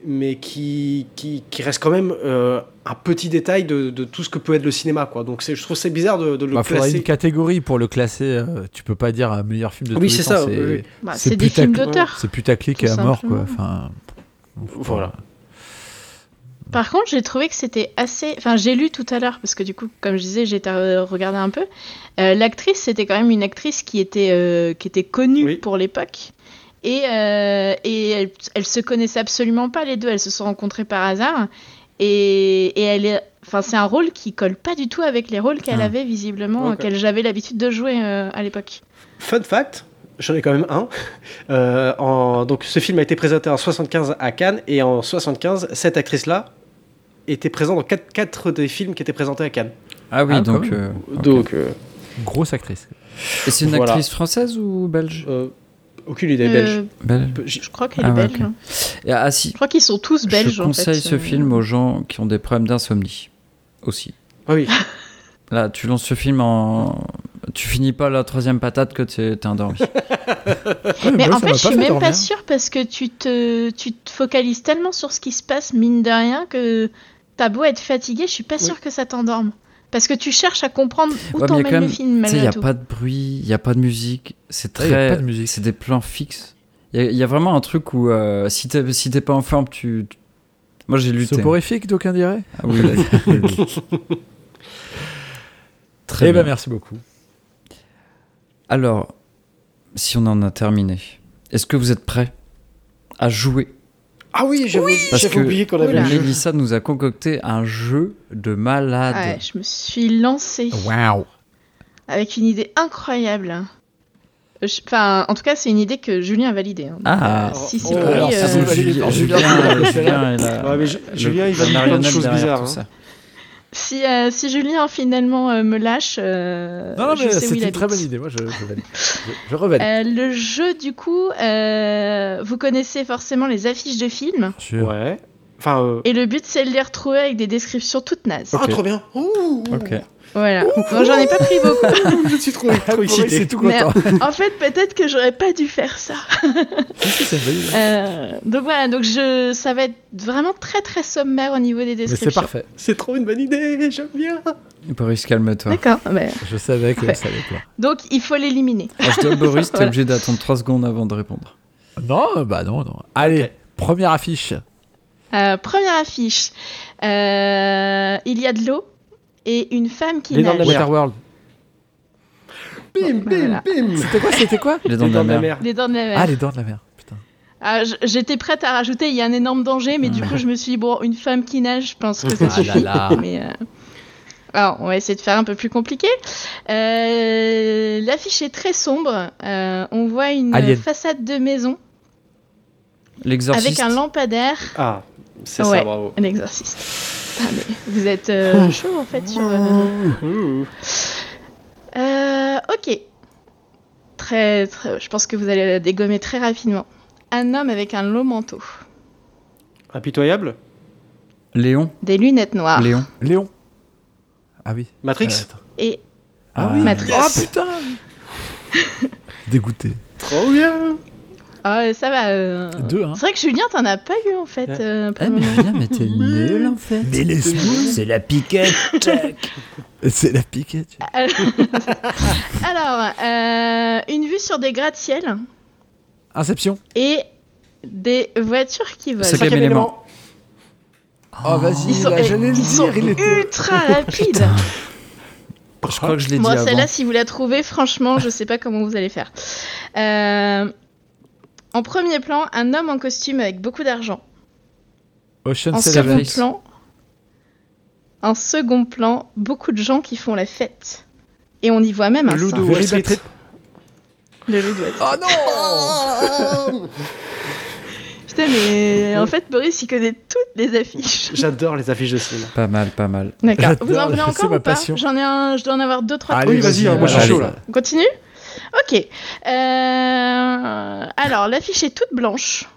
Speaker 4: mais qui, qui, qui reste quand même euh, un petit détail de, de tout ce que peut être le cinéma. Quoi. Donc c'est- je trouve c'est bizarre de, de le
Speaker 3: bah, faudrait
Speaker 4: classer.
Speaker 3: une catégorie pour le classer. euh, tu peux pas dire un meilleur film de
Speaker 4: Oui,
Speaker 3: tous
Speaker 4: c'est
Speaker 3: les
Speaker 4: ça,
Speaker 3: temps.
Speaker 4: oui, oui.
Speaker 5: Bah,
Speaker 3: c'est
Speaker 5: c'est des films
Speaker 3: putaclic.
Speaker 5: d'auteur.
Speaker 3: C'est putaclic
Speaker 5: Tout
Speaker 3: à mort, quoi.
Speaker 5: simplement.
Speaker 3: Enfin,
Speaker 4: Voilà.
Speaker 5: Par contre, j'ai trouvé que c'était assez. Enfin, j'ai lu tout à l'heure, parce que du coup, comme je disais, j'étais euh, regardé un peu. Euh, L'actrice, c'était quand même une actrice qui était, euh, qui était connue
Speaker 4: Oui.
Speaker 5: pour l'époque. Et, euh, et elle- elles se connaissaient absolument pas, les deux. Elles se sont rencontrées par hasard. Et, et elle est. Enfin, c'est un rôle qui colle pas du tout avec les rôles qu'elle
Speaker 1: Ah.
Speaker 5: avait visiblement,
Speaker 4: Ok.
Speaker 5: qu'elle j'avais l'habitude de jouer euh, à l'époque.
Speaker 4: Fun fact, j'en ai quand même un. [laughs] Euh, en- donc ce film a été présenté en 75 à Cannes et en 75, cette actrice-là était présente dans 4, des films qui étaient présentés à Cannes.
Speaker 1: Ah oui,
Speaker 3: Ah, quand
Speaker 1: donc.
Speaker 3: même.
Speaker 1: euh, ok.
Speaker 4: Donc euh,
Speaker 3: grosse actrice.
Speaker 1: Et c'est une
Speaker 4: Voilà.
Speaker 1: actrice française ou belge
Speaker 4: euh, aucune idée
Speaker 5: Euh,
Speaker 4: belge.
Speaker 1: Belge.
Speaker 4: J-
Speaker 5: je crois qu'elle
Speaker 1: Ah
Speaker 5: est
Speaker 1: ouais,
Speaker 5: belge.
Speaker 1: ok.
Speaker 5: hein.
Speaker 1: Et- Ah si,
Speaker 5: Je crois qu'ils sont tous belges.
Speaker 1: je
Speaker 5: en fait,
Speaker 1: conseille ce
Speaker 5: euh.
Speaker 1: film aux gens qui ont
Speaker 5: Hmm.
Speaker 1: des problèmes d'insomnie aussi.
Speaker 4: Ah oui.
Speaker 1: Là, tu lances ce film en tu finis pas la troisième patate que t'es t'es endormi.
Speaker 5: [laughs] Mais en fait, je suis même pas sûre parce que tu te, tu te focalises tellement sur ce qui se passe, mine de rien, que t'as beau être fatigué, je suis pas sûre que ça t'endorme. Parce que tu cherches à comprendre où
Speaker 1: Ouais, mais il y a
Speaker 5: t'emmène
Speaker 1: quand
Speaker 5: le
Speaker 1: même-
Speaker 5: film,
Speaker 1: Tu sais, il n'y
Speaker 5: malgré
Speaker 1: a
Speaker 5: tout.
Speaker 1: pas de bruit, il n'y a pas de musique. C'est
Speaker 3: Ouais,
Speaker 1: très.
Speaker 3: y a pas de musique.
Speaker 1: C'est des plans fixes. Il y, a- il y a vraiment un truc où euh, si t'es si t'es pas en forme, tu. tu- Moi j'ai lutté.
Speaker 3: Soporifique, d'aucuns diraient.
Speaker 1: Ah oui, là- Très
Speaker 3: eh
Speaker 1: bien.
Speaker 3: ben, merci beaucoup.
Speaker 1: Alors, si on en a terminé, est-ce que vous êtes prêts à jouer
Speaker 4: Ah oui, j'avais
Speaker 1: Parce
Speaker 4: j'avais
Speaker 1: que-
Speaker 4: oublié qu'on avait
Speaker 5: Oula.
Speaker 4: le jeu.
Speaker 1: Mélissa nous a concocté un jeu de malade.
Speaker 5: Ouais, je me suis lancée
Speaker 3: Waouh.
Speaker 5: avec une idée incroyable. Je- Enfin, en tout cas, c'est une idée que Julien a validée. hein. Donc,
Speaker 1: Ah.
Speaker 5: euh, si
Speaker 4: Oh,
Speaker 5: c'est
Speaker 4: oh,
Speaker 5: pris,
Speaker 4: alors, ça,
Speaker 5: euh,
Speaker 4: c'est validé.
Speaker 1: Julien,
Speaker 4: par
Speaker 1: Julien,
Speaker 4: Julien.
Speaker 1: Julien, Julien, il a-
Speaker 4: Ouais, mais Ju-
Speaker 1: le-
Speaker 4: Julien, il
Speaker 1: la
Speaker 4: va dire plein de
Speaker 1: marionnette
Speaker 4: choses
Speaker 1: derrière
Speaker 4: bizarres.
Speaker 1: tout
Speaker 4: hein.
Speaker 1: ça.
Speaker 5: si, euh, si Julien finalement euh, me lâche, euh,
Speaker 3: Non, non,
Speaker 5: je
Speaker 3: mais
Speaker 5: sais où
Speaker 3: c'est
Speaker 5: il
Speaker 3: une
Speaker 5: habite.
Speaker 3: très bonne idée. Moi, je, je valide. Je, je revalide.
Speaker 5: Euh, le jeu, du coup, euh, vous connaissez forcément les affiches de films.
Speaker 4: Ouais. Enfin, euh,
Speaker 5: Et le but, c'est de les retrouver avec des descriptions toutes nazes.
Speaker 4: ah, trop bien. Ouh,
Speaker 1: Ok.
Speaker 4: [laughs]
Speaker 5: Voilà. Bon, j'en ai pas pris beaucoup.
Speaker 4: je suis trop, trop
Speaker 3: Boris, c'est
Speaker 4: excité.
Speaker 3: tout
Speaker 5: Mais
Speaker 3: content.
Speaker 5: en fait, peut-être que j'aurais pas dû faire ça.
Speaker 3: C'est une bonne idée.
Speaker 5: Euh, donc voilà, donc je, ça va être vraiment très très sommaire au niveau des
Speaker 3: Mais c'est
Speaker 5: descriptions.
Speaker 3: parfait.
Speaker 4: C'est trop une bonne idée, j'aime bien.
Speaker 1: Boris, calme-toi.
Speaker 5: D'accord. ouais.
Speaker 3: Je savais que
Speaker 5: Ouais.
Speaker 3: ça allait plaire.
Speaker 5: Donc il faut l'éliminer.
Speaker 1: Ah, je dois Boris, t'es
Speaker 5: Voilà.
Speaker 1: obligé d'attendre 3 secondes avant de répondre.
Speaker 3: Non, bah non, non. Allez, première affiche.
Speaker 5: Euh, première affiche. Euh, il y a de l'eau et une femme qui
Speaker 4: Les dents de la
Speaker 5: nage.
Speaker 4: mer.
Speaker 3: Waterworld.
Speaker 4: Bim, bim,
Speaker 5: ben Voilà.
Speaker 4: bim.
Speaker 3: C'était quoi C'était quoi
Speaker 1: Les dents de la mer.
Speaker 5: Les dents de la mer.
Speaker 3: Ah, les dents de la mer. Putain.
Speaker 5: Ah, j- J'étais prête à rajouter, il y a un énorme danger, mais du coup je me suis dit, bon, une femme qui nage, je
Speaker 3: [laughs]
Speaker 5: pense que ça
Speaker 3: Ah là
Speaker 5: suffit.
Speaker 3: là.
Speaker 5: Mais, euh, Alors, on va essayer de faire un peu plus compliqué. Euh, L'affiche est très sombre. Euh, on voit une
Speaker 3: Alien.
Speaker 5: façade de maison
Speaker 1: L'exorciste.
Speaker 5: avec un lampadaire.
Speaker 4: Ah, c'est
Speaker 5: Ouais.
Speaker 4: ça, bravo.
Speaker 5: Un exorciste. Putain, mais vous êtes
Speaker 3: Oh.
Speaker 5: euh, chaud en fait sur. euh,
Speaker 4: Ouh.
Speaker 5: Euh, ok. Très, très, je pense que vous allez la dégommer très rapidement. Un homme avec un long manteau,
Speaker 4: Impitoyable
Speaker 1: Léon.
Speaker 5: des lunettes noires
Speaker 1: Léon.
Speaker 3: Léon. Ah oui.
Speaker 4: Matrix
Speaker 3: Euh, attends.
Speaker 5: et
Speaker 3: Ah
Speaker 1: Ah,
Speaker 3: oui.
Speaker 5: Matrix.
Speaker 3: Ah putain. Dégoûté.
Speaker 4: Trop bien
Speaker 5: Ah, ça va. euh,
Speaker 3: Deux, hein. Ah,
Speaker 5: C'est vrai que Julien, t'en as pas eu en fait.
Speaker 4: Ouais.
Speaker 5: euh, pour
Speaker 1: Eh,
Speaker 5: le
Speaker 1: mais
Speaker 5: moment.
Speaker 1: viens, mais t'es nul en fait.
Speaker 3: Mais les
Speaker 1: C'est la piquette.
Speaker 3: [laughs] C'est la piquette.
Speaker 5: [laughs] Alors, euh, une vue sur des gratte-ciel
Speaker 3: Inception.
Speaker 5: et des voitures qui volent.
Speaker 1: Cinquième élément.
Speaker 3: Oh, vas-y,
Speaker 5: Ils sont,
Speaker 4: Ah,
Speaker 3: là, j'allais le
Speaker 5: ils sont
Speaker 3: dire, il
Speaker 5: [laughs]
Speaker 4: [laughs]
Speaker 3: était.
Speaker 5: ultra rapides.
Speaker 1: Je crois que je l'ai dit
Speaker 5: Moi,
Speaker 1: avant.
Speaker 3: hein.
Speaker 5: celle-là, si vous la trouvez, franchement, je sais pas comment vous allez faire. Euh, en premier plan, un homme en costume avec beaucoup d'argent.
Speaker 3: Ocean
Speaker 5: En
Speaker 3: Eleven.
Speaker 5: second
Speaker 1: Severance.
Speaker 5: plan, en second plan, beaucoup de gens qui font la fête. Et on y voit même un
Speaker 4: Le loup de
Speaker 5: singe.
Speaker 4: Wall
Speaker 3: Very
Speaker 4: Street.
Speaker 3: bad trip.
Speaker 5: Le loup de Wall Street.
Speaker 3: Oh non
Speaker 5: Putain, mais en fait, Boris, il connaît toutes les affiches.
Speaker 4: J'adore les affiches de cinéma.
Speaker 1: Pas mal, pas mal.
Speaker 5: [laughs] D'accord.
Speaker 3: J'adore,
Speaker 4: [laughs]
Speaker 5: Vous en voulez
Speaker 3: c'est
Speaker 5: encore
Speaker 3: ma
Speaker 5: ou pas
Speaker 3: passion.
Speaker 5: J'en ai un, je dois en avoir deux, trois.
Speaker 4: Allez, vas-y, hein, moi, je suis
Speaker 1: Allez.
Speaker 4: chaud, là.
Speaker 5: On continue Ok. Euh, Alors, l'affiche est toute blanche.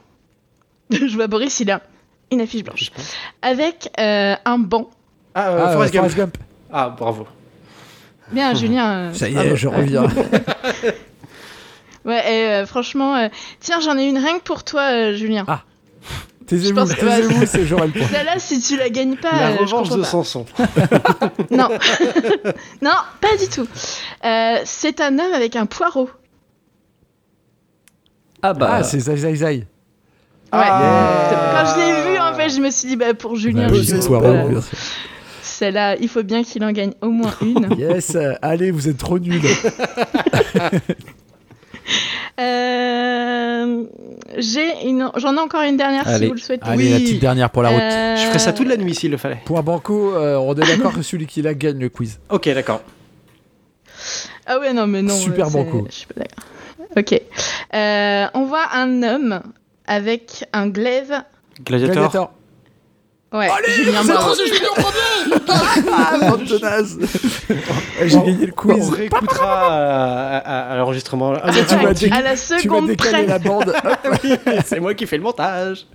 Speaker 5: [laughs] Je vois Boris, il a une affiche blanche. Avec euh, un banc.
Speaker 4: Ah, euh,
Speaker 3: Ah,
Speaker 4: Forrest Gump.
Speaker 3: Forrest Gump.
Speaker 4: Ah, bravo. [laughs]
Speaker 5: Bien, Julien. euh,
Speaker 3: Ça y
Speaker 5: bravo.
Speaker 3: est, Ah, je reviens.
Speaker 5: Ouais, et, euh, franchement, euh, tiens, j'en ai une rien que pour toi, euh, Julien.
Speaker 3: Ah. Taisez-vous,
Speaker 5: pense que-
Speaker 3: taisez-vous, c'est j'aurai le point.
Speaker 5: Celle-là, si tu la gagnes pas,
Speaker 4: La
Speaker 5: euh, je
Speaker 4: revanche
Speaker 5: comprends
Speaker 4: de
Speaker 5: pas.
Speaker 4: Samson.
Speaker 5: Non, [laughs] non, pas du tout. Euh, c'est un homme avec un poireau.
Speaker 1: Ah bah.
Speaker 3: Ah, c'est Zai Zai Zai.
Speaker 5: Ouais.
Speaker 4: Ah.
Speaker 5: Quand je l'ai vu, en fait, je me suis dit, bah pour Julien,
Speaker 3: Bah oui,
Speaker 5: je sais
Speaker 3: Poirot,
Speaker 5: pas.
Speaker 3: bien sûr.
Speaker 5: celle-là, il faut bien qu'il en gagne
Speaker 3: [laughs]
Speaker 5: au moins une.
Speaker 3: Yes, euh, allez, vous êtes trop nuls.
Speaker 5: Euh, j'ai une, j'en ai encore une dernière si
Speaker 1: Allez.
Speaker 5: vous le souhaitez.
Speaker 3: Allez, la petite dernière pour la route.
Speaker 5: Euh,
Speaker 4: Je ferais ça toute la nuit s'il le fallait.
Speaker 3: Point banco, euh, on est d'accord que celui qui la gagne le quiz.
Speaker 4: Ok, d'accord.
Speaker 5: Ah ouais, non, mais non.
Speaker 3: Super
Speaker 5: euh,
Speaker 3: banco.
Speaker 5: c'est- Je suis pas d'accord. Ok. Euh, on voit un homme avec un glaive.
Speaker 4: Gladiator.
Speaker 3: Gladiator.
Speaker 5: Ouais, Julien
Speaker 3: c'est [laughs]
Speaker 5: bravo.
Speaker 3: Ah, bande de nazes. Eh, [laughs] J'ai gagné le
Speaker 4: On
Speaker 3: quiz.
Speaker 4: réécoutera euh, à, à- à l'enregistrement. Ah,
Speaker 5: Et
Speaker 4: mais
Speaker 5: tu-
Speaker 3: m'as dé-
Speaker 5: à la
Speaker 3: Tu m'as
Speaker 5: seconde
Speaker 3: décalé
Speaker 5: près.
Speaker 3: la
Speaker 5: [laughs]
Speaker 3: bande.
Speaker 4: [laughs] C'est moi qui fais le montage.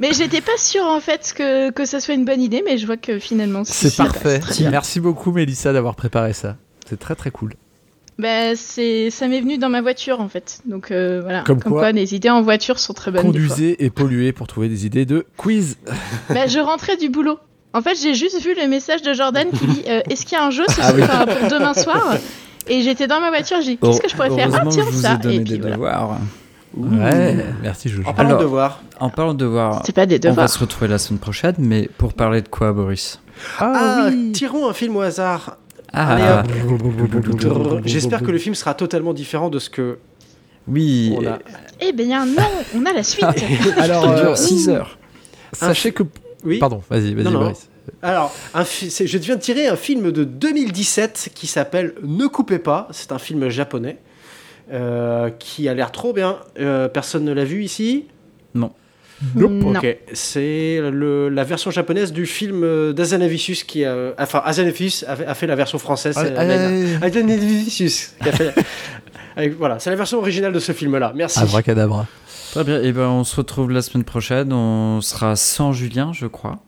Speaker 5: Mais j'étais pas sûre en fait que, que ça soit une bonne idée, mais je vois que finalement si,
Speaker 3: C'est
Speaker 5: si, bah,
Speaker 3: parfait.
Speaker 5: très bien.
Speaker 3: Merci beaucoup, Mélissa, d'avoir préparé ça. C'était très très cool.
Speaker 5: Bah, c'est, ça m'est venu dans ma voiture en fait. Donc euh, voilà.
Speaker 3: Comme quoi,
Speaker 5: les idées en voiture sont très bonnes. des fois.
Speaker 3: Conduisez et polluez pour trouver des idées de quiz.
Speaker 5: Bah, je rentrais du boulot. En fait, j'ai juste vu le message de Jordan qui dit euh, Est-ce qu'il y a un jeu ce
Speaker 3: Ah oui.
Speaker 5: soir- enfin, pour demain soir Et j'étais dans ma voiture, j'ai dit Qu'est-ce que je pourrais faire Ah,
Speaker 1: Heureusement,
Speaker 5: tiens,
Speaker 1: je vous
Speaker 5: ça
Speaker 1: ai donné
Speaker 5: Et puis
Speaker 1: des
Speaker 5: voilà.
Speaker 1: devoirs.
Speaker 3: Ouais, merci Jojo.
Speaker 4: En parlant
Speaker 1: Alors-
Speaker 4: de devoir.
Speaker 1: En parlant de devoirs,
Speaker 5: C'était pas des
Speaker 1: on va
Speaker 5: devoirs.
Speaker 1: se retrouver la semaine prochaine, mais pour parler de quoi, Boris
Speaker 4: Ah, tirons un film au hasard. Allez,
Speaker 1: Ah,
Speaker 4: Drrr. J'espère que le film sera totalement différent de ce que
Speaker 1: oui,
Speaker 4: on a.
Speaker 5: Eh bien non, on a la suite.
Speaker 1: Ah. [laughs]
Speaker 3: Alors,
Speaker 1: qui
Speaker 3: euh,
Speaker 1: dure 6 heures.
Speaker 3: sachez que.
Speaker 4: Oui.
Speaker 3: Pardon, vas-y, vas-y,
Speaker 4: Non, non.
Speaker 3: Boris.
Speaker 4: Alors, un fi- c'est- je viens de tirer un film de 2017 qui s'appelle Ne coupez pas. C'est un film japonais euh, qui a l'air trop bien. Euh, personne ne l'a vu ici.
Speaker 5: non.
Speaker 4: Ok, c'est le- la version japonaise du film euh, d'Azanavicius qui a, euh, enfin Azanavicius a, fait- a fait la version française.
Speaker 3: Ah,
Speaker 4: euh,
Speaker 3: ah,
Speaker 4: l'année-
Speaker 3: ah, ah,
Speaker 4: Azanavicius qui a fait. [laughs] avec- voilà, c'est la version originale de ce film-là. Merci.
Speaker 3: Ah, Abracadabra.
Speaker 1: Très bien, et ben on se retrouve la semaine prochaine. On sera sans Julien, je crois.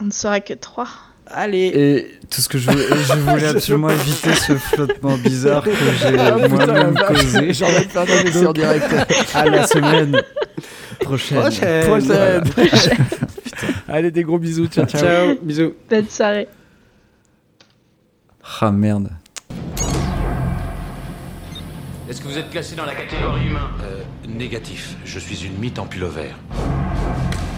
Speaker 5: On ne sera que trois.
Speaker 4: Allez.
Speaker 1: Et tout ce que je voulais, je voulais absolument éviter ce flottement bizarre que j'ai moi-même causé.
Speaker 3: J'en ai plein en direct.
Speaker 1: À la semaine prochaine.
Speaker 4: Prochaine.
Speaker 3: Prochaine. [laughs] Allez, des gros bisous. Ciao, ciao.
Speaker 4: Ciao, bisous.
Speaker 5: Bonne soirée.
Speaker 1: Ah merde.
Speaker 6: Est-ce que vous êtes classé dans la catégorie humain
Speaker 7: Euh, Négatif, je suis une mythe en pullover. vert.